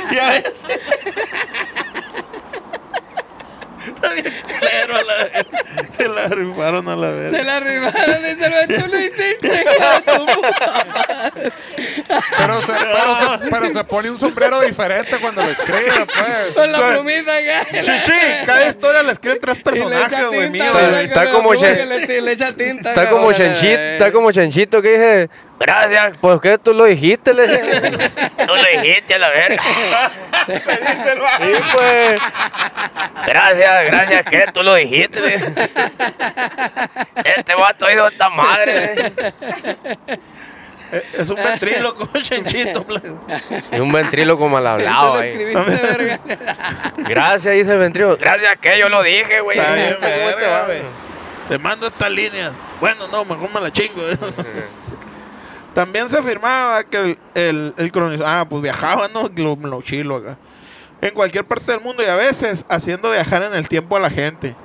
S2: Y a veces- Está bien culero a la verga. Se la rifaron a la verga.
S4: Se la arribaron dice el vato, tú lo hiciste, cabrón.
S1: Pero se, pero, se, pero se pone un sombrero diferente cuando lo escribe, pues.
S4: Con la plumita acá.
S2: Sí, cada historia la escriben tres
S4: Y le echa
S2: personajes, güey.
S4: tinta,
S2: mío,
S4: güey,
S2: güey.
S4: con
S3: Está
S4: la
S3: como
S4: pluma
S3: Chen-
S4: que le- le echa tinta,
S3: Está como
S4: cabrón, a la
S3: chanchito,
S4: verga.
S3: está como chanchito que dice, gracias, pues que tú lo dijiste, le dije. Tú lo dijiste a la verga.
S2: Se dice el vato.
S3: Y pues, gracias, gracias, que tú lo dijiste. le dije. Este vato ha ido a esta madre. le dije.
S2: Eh, Es un ventríloco, chenchito.
S3: Y un ventrilo como al hablado
S4: Tú lo
S3: ahí.
S4: escribiste, verga.
S3: Gracias, dice el ventrilo. Gracias, que yo lo dije, güey.
S2: Está bien,
S3: ¿Cómo te
S2: verga,
S3: va?
S2: güey. Te mando estas líneas. Bueno, no, mejor me la chingo. También se afirmaba que el, el, el cronista- Ah, pues viajaba, ¿no? Lo, lo chilo acá. En cualquier parte del mundo y a veces haciendo viajar en el tiempo a la gente.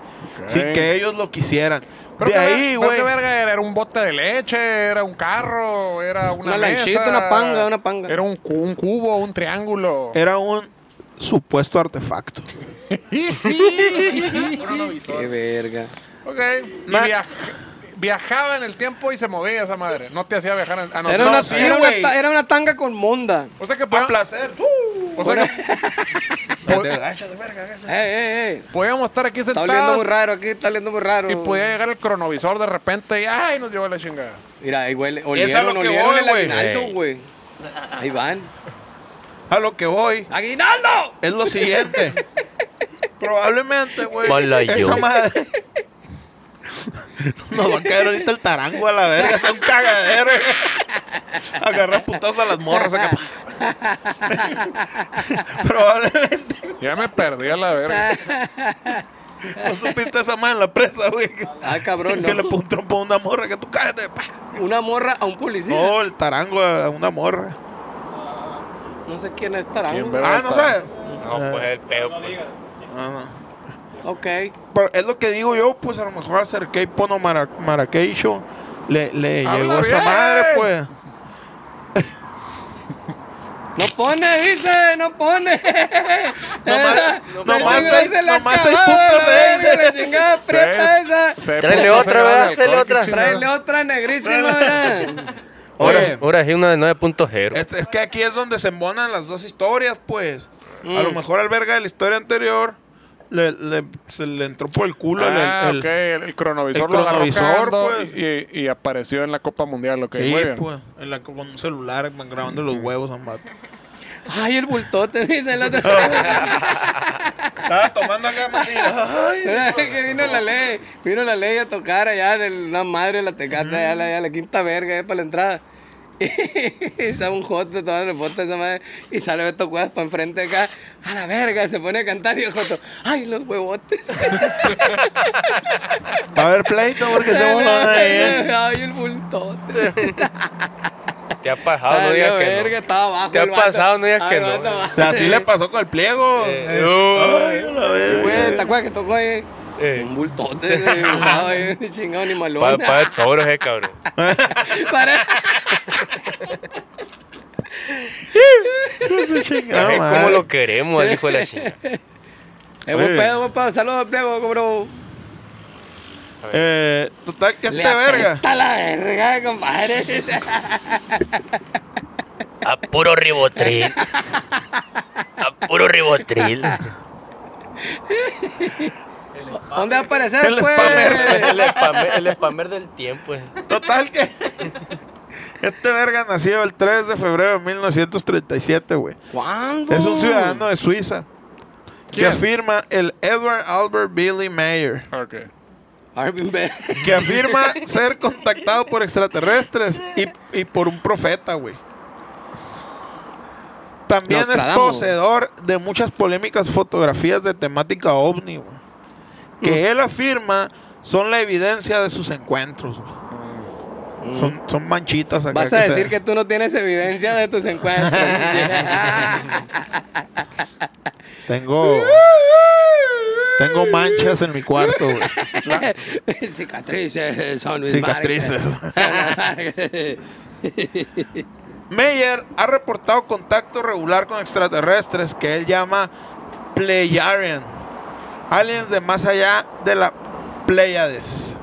S2: Sin que ellos lo quisieran.
S1: Pero
S2: de
S1: qué ver-
S2: ahí,
S1: pero
S2: güey.
S1: qué verga era? ¿Era un bote de leche? ¿Era un carro? ¿Era una,
S4: Una lanchita,
S1: mesa?
S4: una panga, una panga. Eh,
S1: ¿Era un, cu- un cubo, un triángulo?
S2: Era un supuesto artefacto.
S1: ok.
S4: Qué verga.
S1: ¿Y
S2: Ma-
S1: viaj- viajaba en el tiempo y se movía esa madre. No te hacía viajar. en- Ah, no,
S4: Era
S1: no,
S4: una,
S2: sí,
S4: era, una
S2: güey.
S4: ta- era una tanga con monda.
S1: O sea que
S2: Pa'
S1: podíamos,
S2: placer.
S1: o sea que
S2: Te agachas, verga,
S4: Eh,
S2: agachas.
S4: eh, eh.
S1: podíamos estar aquí
S4: Está oliendo muy
S1: sentados
S4: raro aquí, está oliendo muy raro.
S1: y pues, podía llegar el cronovisor de repente y ¡ay! Nos llevó a la chingada.
S4: Mira, ahí huele,
S2: a lo
S4: olieron,
S2: que
S4: olieron
S2: voy,
S4: el
S2: güey.
S4: aguinaldo, güey. Ahí van.
S2: A lo que voy
S4: ¡Aguinaldo!
S2: es lo siguiente. Probablemente, güey.
S3: Ponlo
S2: Esa
S3: yo.
S2: madre. Nos va a caer ahorita el tarango a la verga. Es un cagadero. Agarrar putazos a las morras. acá. Probablemente
S1: Ya me perdí a la
S4: Ah.
S1: verga.
S2: no supiste esa madre en la presa, güey.
S4: Ah, cabrón,
S2: Que le
S4: no.
S2: puso un trompo a una morra. Que tú cállate. pa.
S4: Una morra a un policía. No,
S2: No, el tarango a una morra.
S4: sé quién estará.
S1: ¿Quién
S4: güey.
S1: verga
S2: Ah, no
S1: está?
S2: sabes.
S3: No, pues el peo. pues.
S2: Ah, no.
S4: Ok.
S2: Pero es lo que digo yo, pues a lo mejor hacer K-Pono Mara Marrakech le, le
S1: ¡Habla
S2: llegó esa
S1: bien!
S2: madre, pues.
S4: No pone, dice, no pone.
S2: Nomás-
S4: Se
S2: nomás
S4: le-
S2: seis-
S4: se la
S2: nomás eh. seis
S4: acababa,
S2: puntos
S4: la
S2: de
S4: verga,
S2: ese.
S4: la chingada, aprieta esa.
S1: Se
S3: Tráele
S1: puso
S3: otra,
S1: ese grado de
S3: ¿verdad?
S1: alcohol,
S3: Tráele
S1: qué
S3: otra.
S1: chingada.
S4: Tráele otra negrísima, ¿verdad?
S3: Ahora,
S2: Oye,
S3: ahora sí, una de 9.0.
S2: este, es que aquí es donde se embonan las dos historias, pues. A lo mejor al verga de la historia anterior le, le- se le entró por el culo el-
S1: Ah,
S2: el,
S1: ok, el, el cronovisor
S2: el
S1: lo agarró
S2: cronovisor,
S1: cagando
S2: pues.
S1: y, y apareció en la Copa Mundial. Ok,
S2: Sí,
S1: muy bien.
S2: pues, en la- con un celular van grabando los huevos a un vato.
S4: Ay, el bultote, dice el otro.
S2: Estaba tomando acá, Martín. Ay,
S4: Mira, que vino la ley, vino la ley a tocar allá en el- la madre de la tecata, allá, la, allá la quinta verga, allá para la entrada. Y está un joto tomando foto de esa madre y sale Beto Cuevas para enfrente acá, a la verga, se pone a cantar y el joto, ¡ay, los huevotes!
S2: Va a haber pleito porque se eh. van a
S3: ¿eh?
S2: ir.
S4: ¡Ay, el bultote!
S3: Te ha pasado, Ah, no
S4: ¡Ay, la
S3: digas que
S4: verga,
S3: no.
S4: estaba abajo
S3: Te ha
S4: el vato.
S3: pasado, no digas
S4: Ay,
S3: que
S4: el
S3: no.
S4: vato abajo.
S2: Así le pasó con el pliego.
S3: Eh,
S2: oh. Ay,
S3: uy,
S2: la verga.
S4: Güey, ¿te acuerdas que tocó ahí?
S3: Eh.
S4: Un bultote, güey, usado ahí, chingado, ni malón.
S3: pa- pa de toros, eh, cabrón.
S4: Para-
S3: Es
S2: Chingada
S3: como
S2: madre.
S3: lo queremos, el hijo de la chingada.
S4: Eh, buen
S2: Oye.
S4: pedo, buen pedo. Saludos, plebo, bro.
S2: Eh, total, que este
S4: Le
S2: verga.
S4: apesta la verga, compadre.
S3: A puro ribotril. A puro ribotril.
S4: ¿Dónde va a aparecer,
S2: El
S4: pues?
S2: spammer.
S3: El spammer, el spammer del tiempo. eh.
S2: Total, que. Este verga nació el 3 de febrero de 1937, güey.
S4: ¿Cuándo?
S2: Es un ciudadano de Suiza. Que
S1: ¿Quién?
S2: afirma el Edward Albert Billy Mayer.
S1: Ok.
S4: Arvin Be-
S2: Que afirma ser contactado por extraterrestres y, y por un profeta, güey. También es
S4: Nostradamus.
S2: poseedor de muchas polémicas fotografías de temática ovni, güey.
S4: Mm.
S2: Que él afirma son la evidencia de sus encuentros, güey. Son, son manchitas acá.
S4: Mm. Vas a
S2: se-
S4: decir que tú no tienes evidencia de tus encuentros.
S2: Tengo. Tengo manchas en mi cuarto, güey.
S4: Cicatrices son mis
S2: Cicatrices.
S4: marcas.
S2: Meyer ha reportado contacto regular con extraterrestres que él llama Pleiarian. Aliens de más allá de la Pleiades.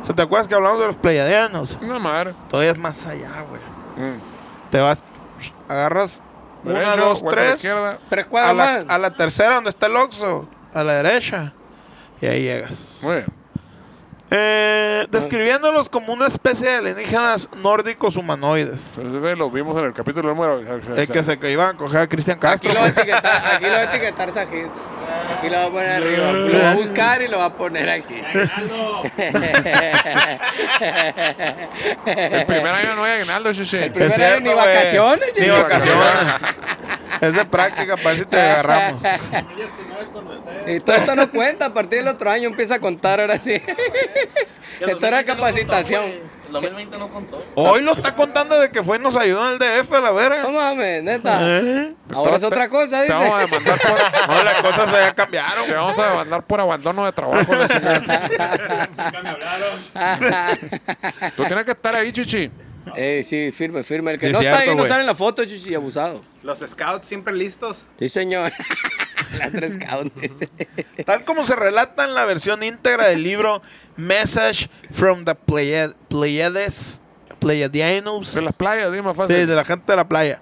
S2: ¿Se te acuerdas que hablamos de los Pleiadianos?
S1: Una madre.
S2: Todavía es más allá, güey.
S1: Mm.
S2: Te vas, agarras una,
S1: Derecho,
S2: dos,
S1: vuelta a la
S2: tres.
S1: izquierda.
S4: Tres
S2: A
S4: cuadras
S2: la,
S4: más.
S2: a la tercera, donde está el Oxxo. A la derecha. Y ahí llegas.
S1: Muy bien.
S2: Eh, describiéndolos como una especie de alienígenas nórdicos humanoides.
S1: Entonces ese lo vimos en el capítulo número.
S2: El que se que iban a coger a Cristian
S4: Aquí
S2: Castro.
S4: lo va a etiquetar, aquí lo va a etiquetar Sajid. Aquí lo va a poner arriba. Lo va a buscar y lo va a poner aquí.
S6: Ah,
S1: El primer año no hay aguinaldo, chiche.
S4: primer
S2: Es
S4: año ni
S2: güey.
S4: vacaciones,
S2: Ni
S4: chicho.
S2: vacaciones. es de práctica, parece que te agarramos.
S4: Y todo esto no cuenta, a partir del otro año empieza a contar ahora sí. Esto era capacitación.
S6: El 2020 no contó.
S2: Hoy lo está contando de que fue y nos ayudó en el DF a la
S4: No
S2: verga.
S4: mames, neta.
S2: ¿Eh?
S4: Ahora es otra cosa,
S1: Te vamos a
S4: dice.
S1: demandar por,
S2: No, las cosas ya cambiaron.
S1: te vamos a demandar por abandono de trabajo. la chingada. Tú tienes que estar ahí, chichi.
S4: Eh, sí, firme, firme. El que
S2: Sí,
S4: no está
S2: cierto,
S4: ahí no
S2: güey.
S4: sale en la foto, chichi, abusado.
S5: Los scouts siempre listos.
S4: Sí, señor. Las tres caones.
S2: Tal como se relata en la versión íntegra del libro Message from the Pleiad- Pleiades, Pleiadianos,
S1: De las playas, dime más
S2: sí,
S1: fácil.
S2: de la gente de la playa.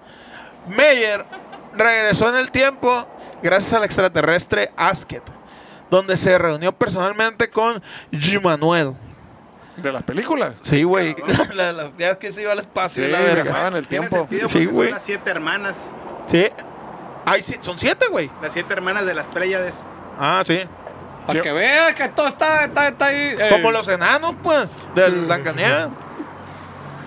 S2: Meyer regresó en el tiempo gracias al extraterrestre Asket, donde se reunió personalmente con G. Manuel.
S1: De las películas.
S2: Sí, güey. La- la- Ya es que se iba al espacio,
S1: Sí,
S2: la verga.
S1: viajaban Ah, el
S5: Tiene
S1: tiempo.
S5: sentido
S2: Sí,
S5: porque
S2: güey.
S5: son las siete hermanas.
S2: Sí. Ay, sí, son siete, güey.
S5: Las siete hermanas de las Pléyades.
S2: Ah, sí.
S4: Para que veas que todo está, está, está ahí. eh.
S2: Como los enanos, pues, de Blancanieves.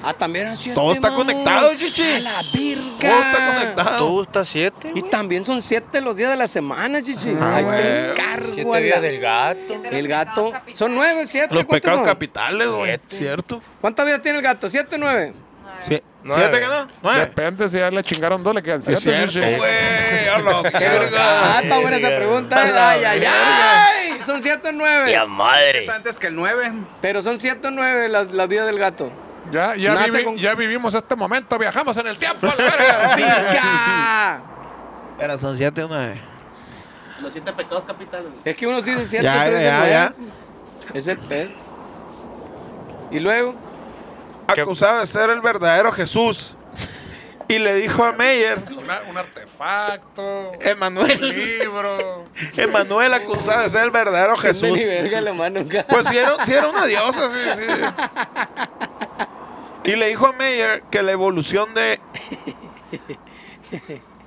S4: Ah, también eran siete,
S2: Todo está
S4: mamón.
S2: conectado, chichi.
S4: A la virga.
S2: Todo está conectado.
S3: ¿Tú estás siete?
S4: Y también son siete los días de la semana, chichi.
S1: Ah,
S4: Ay,
S2: güey.
S4: te encargo a
S3: Siete
S4: la-
S3: días del gato.
S7: Siete de los
S4: El
S7: pecados
S4: gato.
S7: capitales.
S4: Son nueve, siete.
S2: Los
S4: ¿cuántos
S2: pecados
S4: son?
S2: capitales, güey.
S3: Siete.
S2: Cierto.
S4: ¿Cuántas vidas tiene el gato? ¿Siete, nueve?
S2: Sí.
S3: Nueve.
S2: ¿Siete que no? Nueve.
S1: Depende si ya le chingaron dos, le quedan
S2: Es
S1: siete.
S2: cierto,
S1: sí,
S2: güey.
S1: sí.
S2: A la verga.
S4: Ah, está buena esa
S3: verga.
S4: pregunta.
S2: la
S4: Ay, ay, ay. Son siete o nueve.
S3: ¡La madre!
S5: Está antes que el 9.
S4: Pero son siete o nueve las, las vidas del gato.
S1: Ya, ya,
S4: Nace
S1: vivi-
S4: con-
S1: ya vivimos este momento, viajamos en el tiempo, a la verga.
S4: ¡Pica!
S2: Pero son siete o nueve.
S6: Los siete pecados capitales.
S4: Es que uno sí dice siete.
S2: Ya,
S4: otro
S2: ya,
S4: dice
S2: ya,
S4: nueve.
S2: ya.
S4: Es el pedo. Y luego,
S3: ¿Qué?
S2: Acusado de ser el verdadero Jesús. Y le dijo a Meyer,
S1: Una- un artefacto, un
S2: Emanuel,
S1: libro.
S2: Emanuel acusado de ser el verdadero
S4: Jesús.
S2: Jesús.
S4: ni verga la mano.
S2: Pues sí era, sí era una diosa, sí, sí. Y le dijo a Meyer que la evolución de...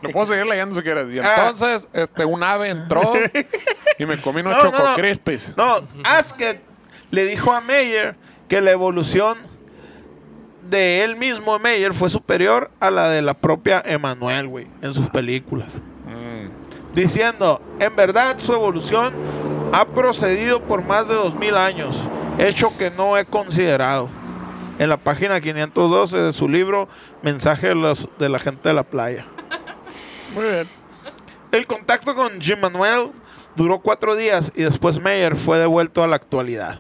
S1: Lo puedo seguir leyendo si quieres. Y
S2: Ah.
S1: entonces, este, un ave entró y me comí unos
S2: No, no,
S1: choco
S2: no.
S1: crispies.
S2: No, Asket le dijo a Meyer que la evolución de él mismo, Meyer, fue superior a la de la propia Emanuel, güey, en sus películas. diciendo, en verdad su evolución ha procedido por más de 2000 años, hecho que no he considerado. En la página 512 de su libro Mensaje de, los- de la gente de la playa.
S1: Muy bien.
S2: El contacto con Jim Manuel duró cuatro días y después Meyer fue devuelto a la actualidad.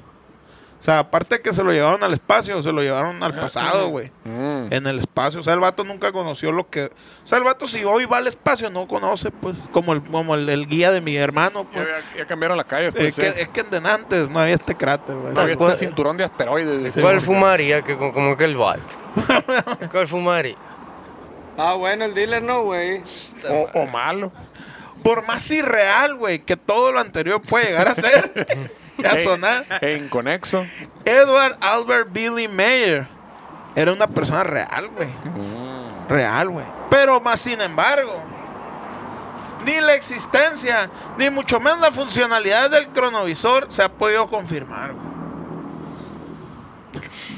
S2: O sea, aparte que se lo llevaron al espacio, se lo llevaron al pasado, güey.
S1: Mm.
S2: En el espacio. O sea, el vato nunca conoció lo que. O sea, el vato si hoy va al espacio no conoce, pues. Como el, como el, el guía de mi hermano, pues.
S1: Ya, ya cambiaron la calle pues,
S2: Es
S1: después.
S2: que, es que en antes no había este cráter, güey.
S1: No, había
S3: ¿Cuál-
S1: este cinturón de asteroides.
S3: ¿Cuál fumaría? Que, como, como que el bat. ¿Cuál fumaría?
S4: Ah, bueno, el dealer no, güey.
S1: O, o malo.
S2: Por más irreal, güey, que todo lo anterior puede llegar a ser, y a sonar,
S1: E inconexo.
S2: Edward Albert Billy Mayer era una persona real, güey. Real, güey. Pero más sin embargo, ni la existencia, ni mucho menos la funcionalidad del cronovisor se ha podido confirmar, güey.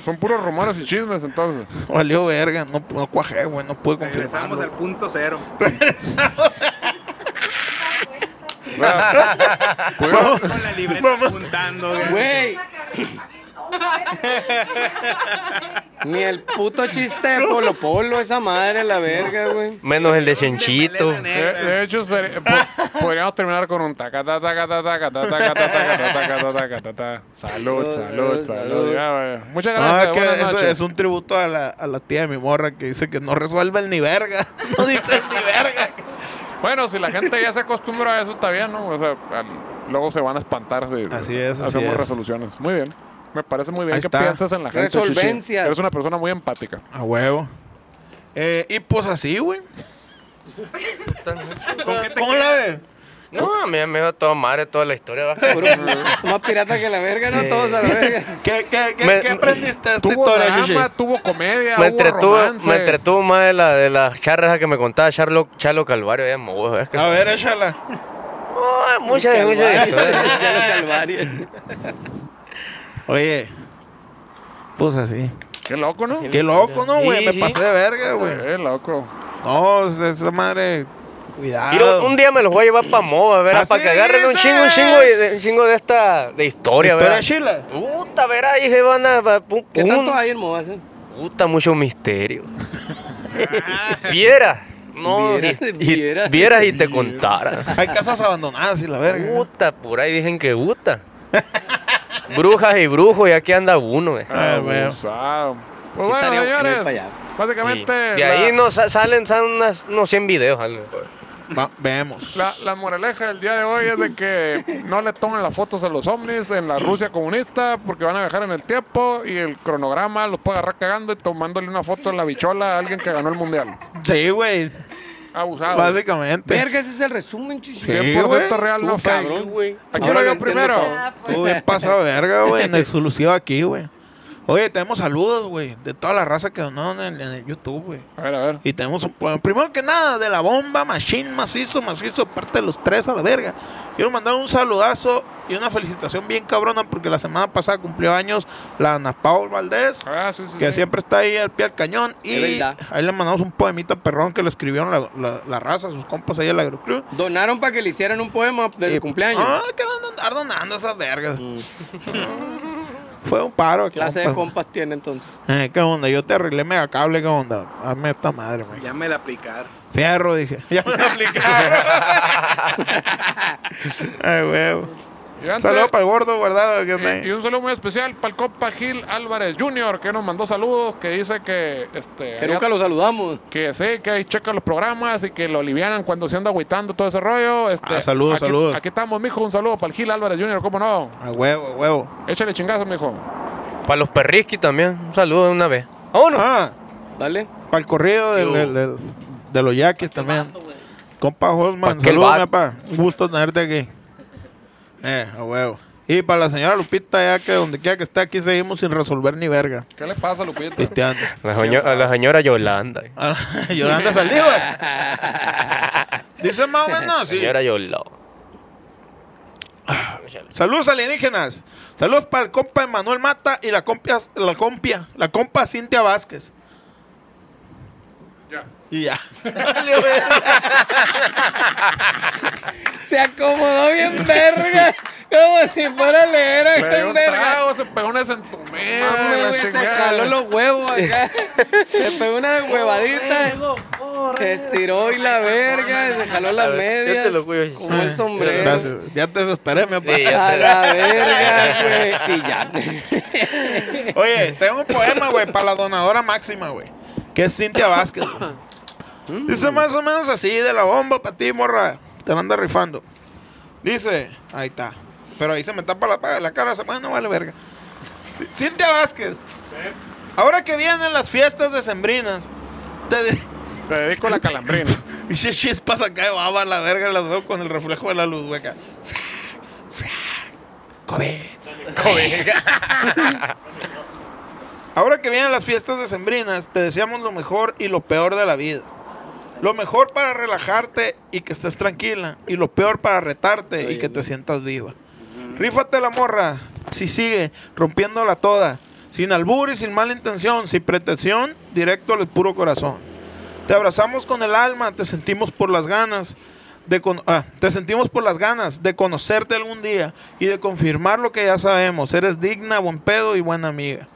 S1: Son puros rumores y chismes entonces.
S2: Valió verga, no, no cuajé, güey, no pude
S5: Regresamos
S2: confirmarlo.
S5: al punto cero.
S1: Pudieron-
S5: Con la libreta apuntando. güey.
S4: Güey, ni el puto chiste de Polo Polo, esa madre, la verga, güey.
S3: Menos el de
S5: Pelena
S3: Chenchito.
S1: de,
S5: negra.
S2: eh,
S1: de hecho, ser- po- podríamos terminar con un taca, ta, taca, ta, taca, ta, taca, ta, taca, ta, taca, ta, taca, ta, ta. Salud, salud, salud.
S4: Salud, salud.
S1: Ya, vaya. Muchas
S2: No, es
S1: gracias.
S2: que
S1: buenas
S2: eso
S1: noches.
S2: es un tributo a la, a la tía de mi morra que dice que no resuelve el ni verga. No dice el ni verga.
S1: Bueno, si la gente ya se acostumbra a eso, está bien, ¿no? O sea, al- luego se van a espantar si
S2: Así es, así
S1: hacemos
S2: es.
S1: resoluciones. Muy bien. Me parece muy bien
S2: Ahí
S1: que
S2: está.
S1: piensas en la gente. Chichi.
S4: Resolvencias.
S1: Eres una persona muy empática.
S2: A huevo. Eh, y pues así, güey.
S5: ¿Con qué te
S2: ¿Cómo la ves?
S3: No, a mí me va toda madre toda la historia. va.
S4: Puro- más pirata que la verga, no todos a la verga.
S2: ¿Qué, qué, qué,
S3: Me-
S2: qué aprendiste de esta
S1: Tuvo
S2: historia,
S1: drama,
S2: Shishi?
S1: tuvo comedia,
S3: Me
S1: hubo
S3: entretuvo,
S1: romance.
S3: me entretuvo más de, la, de las charras esas que me contaba Charlo, Charlo Calvario. Ya, mo- es que-
S2: A ver, échala.
S3: Ay, muchas, muchas historias.
S4: Calvario.
S2: Oye, pues así.
S1: Qué loco, ¿no?
S2: Qué loco, ¿no, güey?
S3: Sí,
S2: Me
S3: sí.
S2: pasé de verga, güey.
S1: Qué loco.
S2: No, esa madre.
S3: Y un,
S2: Cuidado.
S3: un día me los voy a llevar para Mova, verás,
S2: Así
S3: para que agarren un
S2: dices.
S3: chingo, un chingo de, un chingo de esta de historia,
S2: ¿Historia
S3: verás.
S2: chila?
S3: Puta, verás, ahí se van a. va- pu-
S4: ¿Qué
S3: un-
S4: tanto hay en Moas? eh?
S3: Puta, mucho misterio. Viera. No,
S4: Vieras,
S3: y- y-
S4: vieras.
S3: vieras y te contara.
S2: Hay casas abandonadas y la verga.
S3: Puta, por ahí dicen que gusta. Brujas y brujos, y aquí anda uno, eh.
S2: Ah, güey.
S1: Abusado. Pues
S4: Sí,
S1: bueno,
S4: estaría bueno ir
S1: señores.
S4: para allá.
S1: Básicamente.
S3: Y de ahí
S1: la-
S3: nos sa- salen, salen unas- unos 100 videos. algo.
S2: Va- vemos.
S1: La, la moraleja del día de hoy es de que no le tomen las fotos a los ovnis en la Rusia comunista porque van a viajar en el tiempo y el cronograma los puede agarrar cagando y tomándole una foto en la bichola a alguien que ganó el mundial.
S2: Sí, güey.
S3: Ah,
S1: Abusado.
S2: Básicamente.
S4: Verga, ese es el resumen, chuchu.
S2: Sí.
S1: 100%
S2: güey.
S1: real, no
S4: Tú,
S1: fake.
S4: cabrón, güey.
S1: Aquí
S4: Ahora
S1: lo
S4: lo
S1: veo
S4: entiendo
S1: primero.
S4: todo.
S2: Tú bien pasa verga, güey. En exclusiva aquí, güey. Oye, tenemos saludos, güey. De toda la raza que donaron en, en el YouTube, güey.
S1: A ver, a ver.
S2: Y tenemos un bueno, Primero que nada, de la bomba, machine, macizo, macizo, parte de los tres a la verga. Quiero mandar un saludazo y una felicitación bien cabrona porque la semana pasada cumplió años la Ana Paul Valdés.
S1: Ah, sí, sí,
S2: que
S1: sí.
S2: siempre está ahí al pie del cañón. Y
S4: Es verdad.
S2: ahí le mandamos un poemita perrón que le escribieron la, la- la raza, sus compas ahí de la Agrocrew.
S4: Donaron para que le hicieran un poema de su
S2: Y-
S4: cumpleaños. Mm.
S2: Ah, que van a andar donando esas vergas. Fue un paro.
S4: Clase de
S2: compas.
S4: compas tiene entonces.
S2: Eh, ¿Qué onda? Yo te arreglé mega cable, ¿qué onda? Hazme esta madre, güey.
S5: Ya me la aplicar.
S2: Fierro, dije. Ya me lo aplicaron. Ay, huevo.
S1: Y antes- Eh,
S2: Saludos para el gordo, ¿verdad? ¿Qué onda?
S1: Y, y un saludo muy especial para el compa Gil Álvarez Jr., que nos mandó saludos, que dice que este
S4: Que
S1: había-
S4: nunca lo saludamos.
S1: que sí, que ahí checa los programas y que lo alivianan cuando se anda agüitando todo ese rollo. Este,
S2: Ah, saludos,
S1: aquí,
S2: saludos.
S1: Aquí estamos, mijo. Un saludo para el Gil Álvarez Jr., ¿cómo no?
S2: A huevo, a huevo.
S1: Échale chingazo, mijo.
S3: Para los perrisqui también. Un saludo de una vez. ¡Vámonos!
S2: Ah,
S4: Dale.
S2: para el corrido del- del- del- de los yaquis también. Compa Holman,
S3: Pa' que el
S2: saludos,
S3: vato.
S2: papá. Un gusto tenerte aquí. Eh, a huevo. Y para la señora Lupita, ya que donde quiera que esté aquí seguimos sin resolver ni verga.
S1: ¿Qué le pasa, Lupita?
S2: Cristiano.
S3: La, joño- a la señora Yolanda. eh.
S2: Ah, Yolanda Saldívar. eh? Dice más o menos, sí.
S3: Señora Yolanda.
S2: Saludos alienígenas. Saludos para el compa Emanuel Mata y la compia, la compia, la compa Cintia Vázquez.
S1: Ya.
S2: Y ya. Valió verga.
S4: Se acomodó bien verga. Como si fuera a leer
S1: Le
S4: acá
S1: dio
S4: en
S1: un
S4: verga.
S1: trago, se pegó una centumera.
S4: Mame,
S1: la
S4: güey, se
S1: chingada.
S4: jaló los huevos acá. Se pegó una huevadita. Se estiró y la verga. Se jaló
S3: A
S4: las
S3: ver, Yo
S4: medias.
S3: te lo cuido.
S4: Como el sombrero.
S2: Gracias. Ya te desesperé, mi papá.
S3: Sí, ya.
S4: A la verga, güey. Y ya.
S2: Oye, tengo un poema, güey, para la donadora máxima, güey. Que es Cintia Vázquez. güey. Dice más o menos así, de la bomba para ti, morra. Te la anda rifando. Dice, ahí está. Pero ahí se me tapa la, la cara, se bueno, vale verga. Cintia Vázquez. Ahora que vienen las fiestas decembrinas, te, de-
S1: Te dedico a la calambrina.
S2: y si chispas acá de baba a la verga, las veo con el reflejo de la luz, güey. acá. COVID. Ahora que vienen las fiestas decembrinas, te deseamos lo mejor y lo peor de la vida. Lo mejor para relajarte y que estés tranquila. Y lo peor para retarte y que te sientas viva. Rífate la morra. Si sigue rompiéndola toda. Sin albur y sin mala intención. Sin pretensión. Directo al puro corazón. Te abrazamos con el alma, te sentimos por las ganas de con- ah, te sentimos por las ganas de conocerte algún día y de confirmar lo que ya sabemos. Eres digna, buen pedo y buena amiga.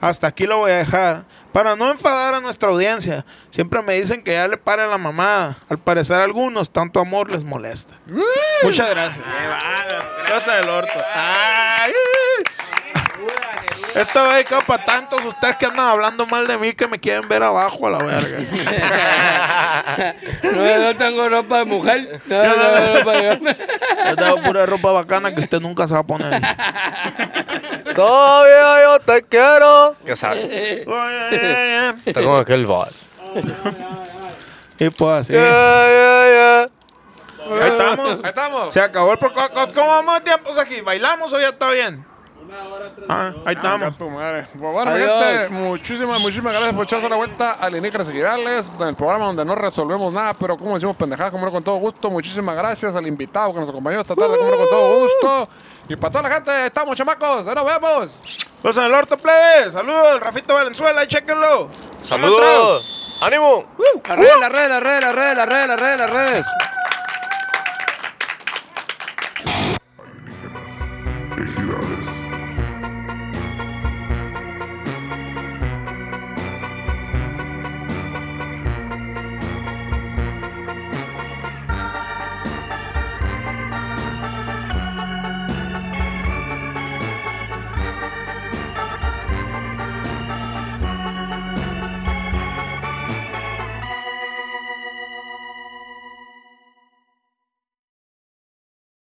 S2: Hasta aquí lo voy a dejar. Para no enfadar a nuestra audiencia, siempre me dicen que ya le pare la mamada. Al parecer a algunos, tanto amor les molesta. Muchas gracias. Cosa del orto. Ay, eh. Esto va dedicado para tantos ustedes que andan hablando mal de mí que me quieren ver abajo a la verga.
S4: No, no tengo ropa de mujer. No, no tengo ropa de hombre.
S2: Yo tengo pura ropa bacana que usted nunca se va a poner.
S3: Todavía yo te quiero. ¿Qué sabe? Está como aquel bar.
S2: y pues así.
S3: Yeah, yeah,
S2: Ahí estamos.
S1: Ahí estamos.
S2: Se acabó el... pro- co- co- ¿Cómo vamos de tiempos aquí? ¿Bailamos o ya está bien? Ah, ahí
S1: Chinga
S2: estamos.
S1: tu madre. Pues bueno, mi
S4: Adiós.
S1: gente, muchísimas, muchísimas gracias por echarse la vuelta a Alienígenas Seguidales, en el programa donde no resolvemos nada, pero como decimos pendejadas, como no con todo gusto. Muchísimas gracias al invitado que nos acompañó esta tarde, como no con todo gusto. Y para toda la gente, ahí estamos, chamacos, ahí nos vemos.
S2: Pues en el orto plebe. Saludos, Rafito Valenzuela, ahí chéquenlo.
S3: yeah. Saludos. Ánimo.
S4: Las redes, las redes, las redes, las redes, las redes, las redes, las redes.
S7: Ejidal.